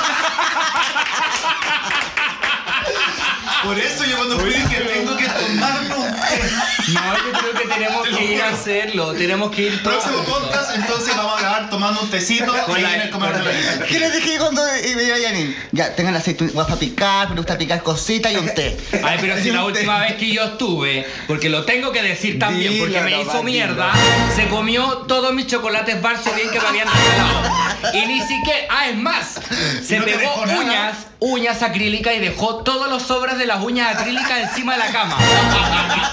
S1: Por eso yo cuando fui dije tengo que tomarlo.
S4: No, yo creo que tenemos
S1: Te lo
S4: que ir a
S1: juro.
S4: hacerlo. Tenemos que ir todos.
S1: Próximo podcast, entonces vamos a grabar tomando un tecito
S4: Con
S1: ahí
S4: la-
S1: en el comedor de la isla.
S3: ¿Qué les dije cuando y me iba Janine? Ya, tengan la aceituna, vas a picar, me gusta picar cositas y un té.
S4: Ay, pero si la última vez que yo estuve, porque lo tengo que decir también,
S5: Dilo,
S4: porque me
S5: no,
S4: hizo
S5: Martín,
S4: mierda, se comió todos mis chocolates Barso bien que me habían regalado. Y ni siquiera, ah, es más, se
S1: no te
S4: pegó
S1: dejó nada?
S4: uñas, uñas acrílicas y dejó todas las sobras de las uñas acrílicas encima de la cama.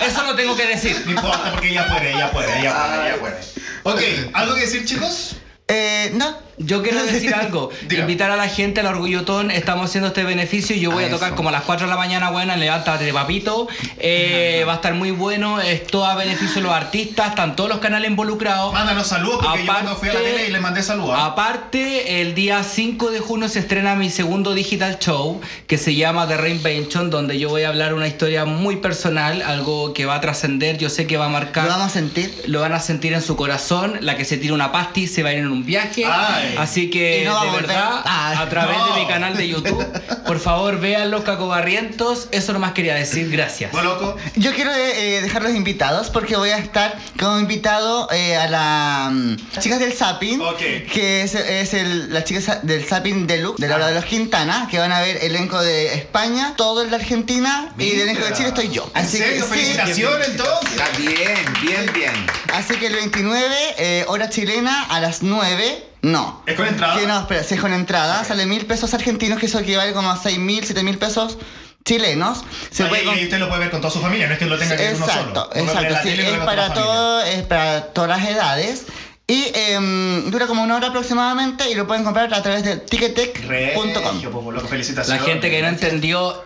S4: Eso lo tengo que decir.
S1: No importa porque ella puede, ella puede, ella puede, ella puede. Ok, ¿algo que decir chicos?
S3: Eh, no.
S4: Yo quiero decir algo,
S1: Diga.
S4: invitar a la gente al Orgullotón, estamos haciendo este beneficio y yo voy
S5: Ah,
S4: a tocar
S5: eso.
S4: como a las 4 de la mañana, buena, levántate papito, Eh, va a estar muy bueno, es todo a beneficio de los artistas, están todos los canales involucrados.
S1: Mándanos saludos porque yo cuando fui a la
S4: Aparte-
S1: tele y le mandé
S3: ¿eh?
S1: saludos. ¿ah?
S4: Aparte, el día 5 de junio se estrena mi segundo digital show que se llama The Reinvention, donde yo voy a hablar una historia muy personal, algo que va a trascender, yo sé que va a marcar
S3: Lo vamos a sentir.
S4: lo van a sentir en su corazón, la que se tira una pasti se va a ir en un viaje.
S1: Ay.
S4: Así que,
S3: Y no va a
S4: de
S3: volver. Ah.
S4: verdad,
S3: Ay,
S4: a través
S1: no.
S4: de mi canal de YouTube, por favor, vean los cacobarrientos. Eso nomás quería decir, gracias.
S1: Boloco.
S3: Yo quiero eh, eh, dejar los invitados porque voy a estar como invitado eh, a las chicas del Zapping,
S1: Ok.
S3: que es, es el- las chicas del Zapping
S1: Ah.
S3: Deluxe, de la hora de los Quintana, que van a ver elenco de España, todo el de Argentina y del elenco de Chile estoy yo.
S1: ¿En
S3: Así que
S1: serio?
S3: sí,
S1: Felicitaciones entonces.
S5: Está bien, bien, bien.
S3: Así que el 29, eh, hora chilena, a las 9. No.
S1: ¿Es con entrada?
S3: Que no, espera, si es con entrada, sale mil pesos argentinos, que eso equivale como a seis mil, siete mil pesos chilenos. Se
S1: Ahí-
S3: puede
S1: ahí
S3: con-
S1: usted lo puede ver con toda su familia, no es que lo tenga que ver uno solo.
S3: Exacto,
S1: Uno ve la
S3: exacto. sí,
S1: tele y lo ve
S3: es,
S1: con toda
S3: para
S1: la familia.
S3: todo, es para todas las edades. Y em, dura como una hora aproximadamente y lo pueden comprar a través de ticketek.com.
S1: Regio, pues, loco,
S4: La
S1: felicitaciones.
S4: gente que no entendió,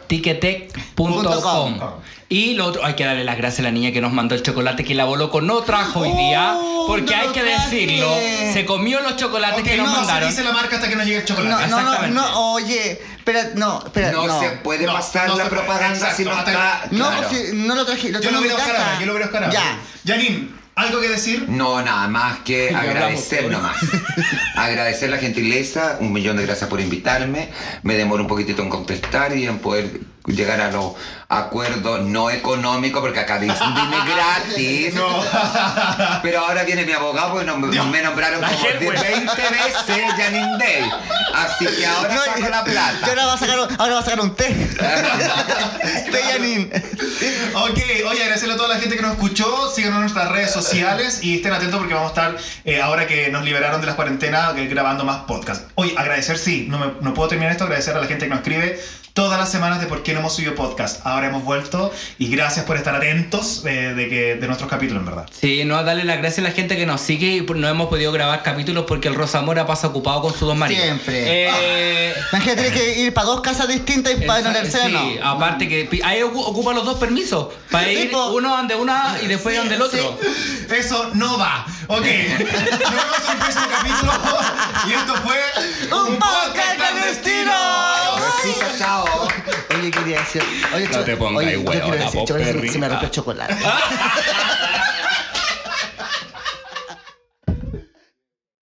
S4: ticketec.com. Y lo otro, hay que darle las gracias a la niña que nos mandó el chocolate que la Boloco no trajo hoy día,
S3: Oh,
S4: porque
S3: no
S4: hay
S3: lo
S4: que
S3: traje.
S4: decirlo, se comió los chocolates
S1: Ok,
S4: que nos
S1: no se
S4: mandaron.
S1: dice la marca hasta que no llegue el chocolate.
S3: No, no, no,
S4: Exactamente.
S3: no, oye, espera, no, espera,
S5: No,
S3: no.
S5: se puede
S1: No,
S5: pasar
S1: no
S5: la
S1: se puede,
S5: propaganda si no
S1: exacto,
S5: está.
S3: No,
S5: claro.
S3: porque no lo traje,
S1: Yo
S3: lo tengo
S1: lo
S3: en
S1: voy
S3: mi
S1: a buscar
S3: casa.
S1: ahora, yo lo voy a buscar ahora.
S3: Ya.
S1: Janine, ¿algo que decir?
S5: No, nada más que
S7: hablamos,
S5: agradecer
S7: ¿no?
S5: nomás. agradecer la gentileza, un millón de gracias por invitarme. Me demoro un poquitito en contestar y en poder llegar a los acuerdos no económicos, porque acá dicen dime gratis. Pero ahora viene mi abogado porque no, me- me nombraron como de 20 veces Janine Day. Así que ahora
S3: No,
S5: saco la
S3: y
S5: plata.
S3: ahora va a sacar, un- ahora va a sacar un té. té Yanin.
S1: Ok, oye, agradecerle a toda la gente que nos escuchó. Síganos en nuestras redes sociales y estén atentos porque vamos a estar, eh, ahora que nos liberaron de las cuarentenas, eh, grabando más podcasts. Oye, agradecer, sí, no, me- no puedo terminar esto, agradecer a la gente que nos escribe todas las semanas de por qué no hemos subido podcast. Ahora hemos vuelto y gracias por estar atentos eh, de, que, de nuestros capítulos, en verdad.
S4: Sí, no, darle las gracias a la gente que nos sigue y no hemos podido grabar capítulos porque el Rosamora pasa ocupado con sus dos maridos.
S3: Siempre.
S4: Eh,
S3: Imagínate, tienes que ir para dos casas distintas y para
S4: Exacto,
S3: una tercera
S4: sí,
S3: Ah, no.
S4: aparte que pi- ahí ocu- ocupa los dos permisos. Para
S3: Sí,
S4: ir
S3: po.
S4: uno donde una y después
S3: Sí,
S4: donde el otro.
S1: Eso no va. Ok, nos vemos en el próximo capítulo y esto fue
S3: ¡Un podcast clandestino!
S5: Besito, chao.
S3: Oye, quería decir. Oye,
S4: No
S3: cho-
S4: te pongas
S3: oye,
S4: hueona,
S3: yo quiero decir,
S4: vos,
S3: yo se me- se me
S4: perrita.
S3: rompió el chocolate.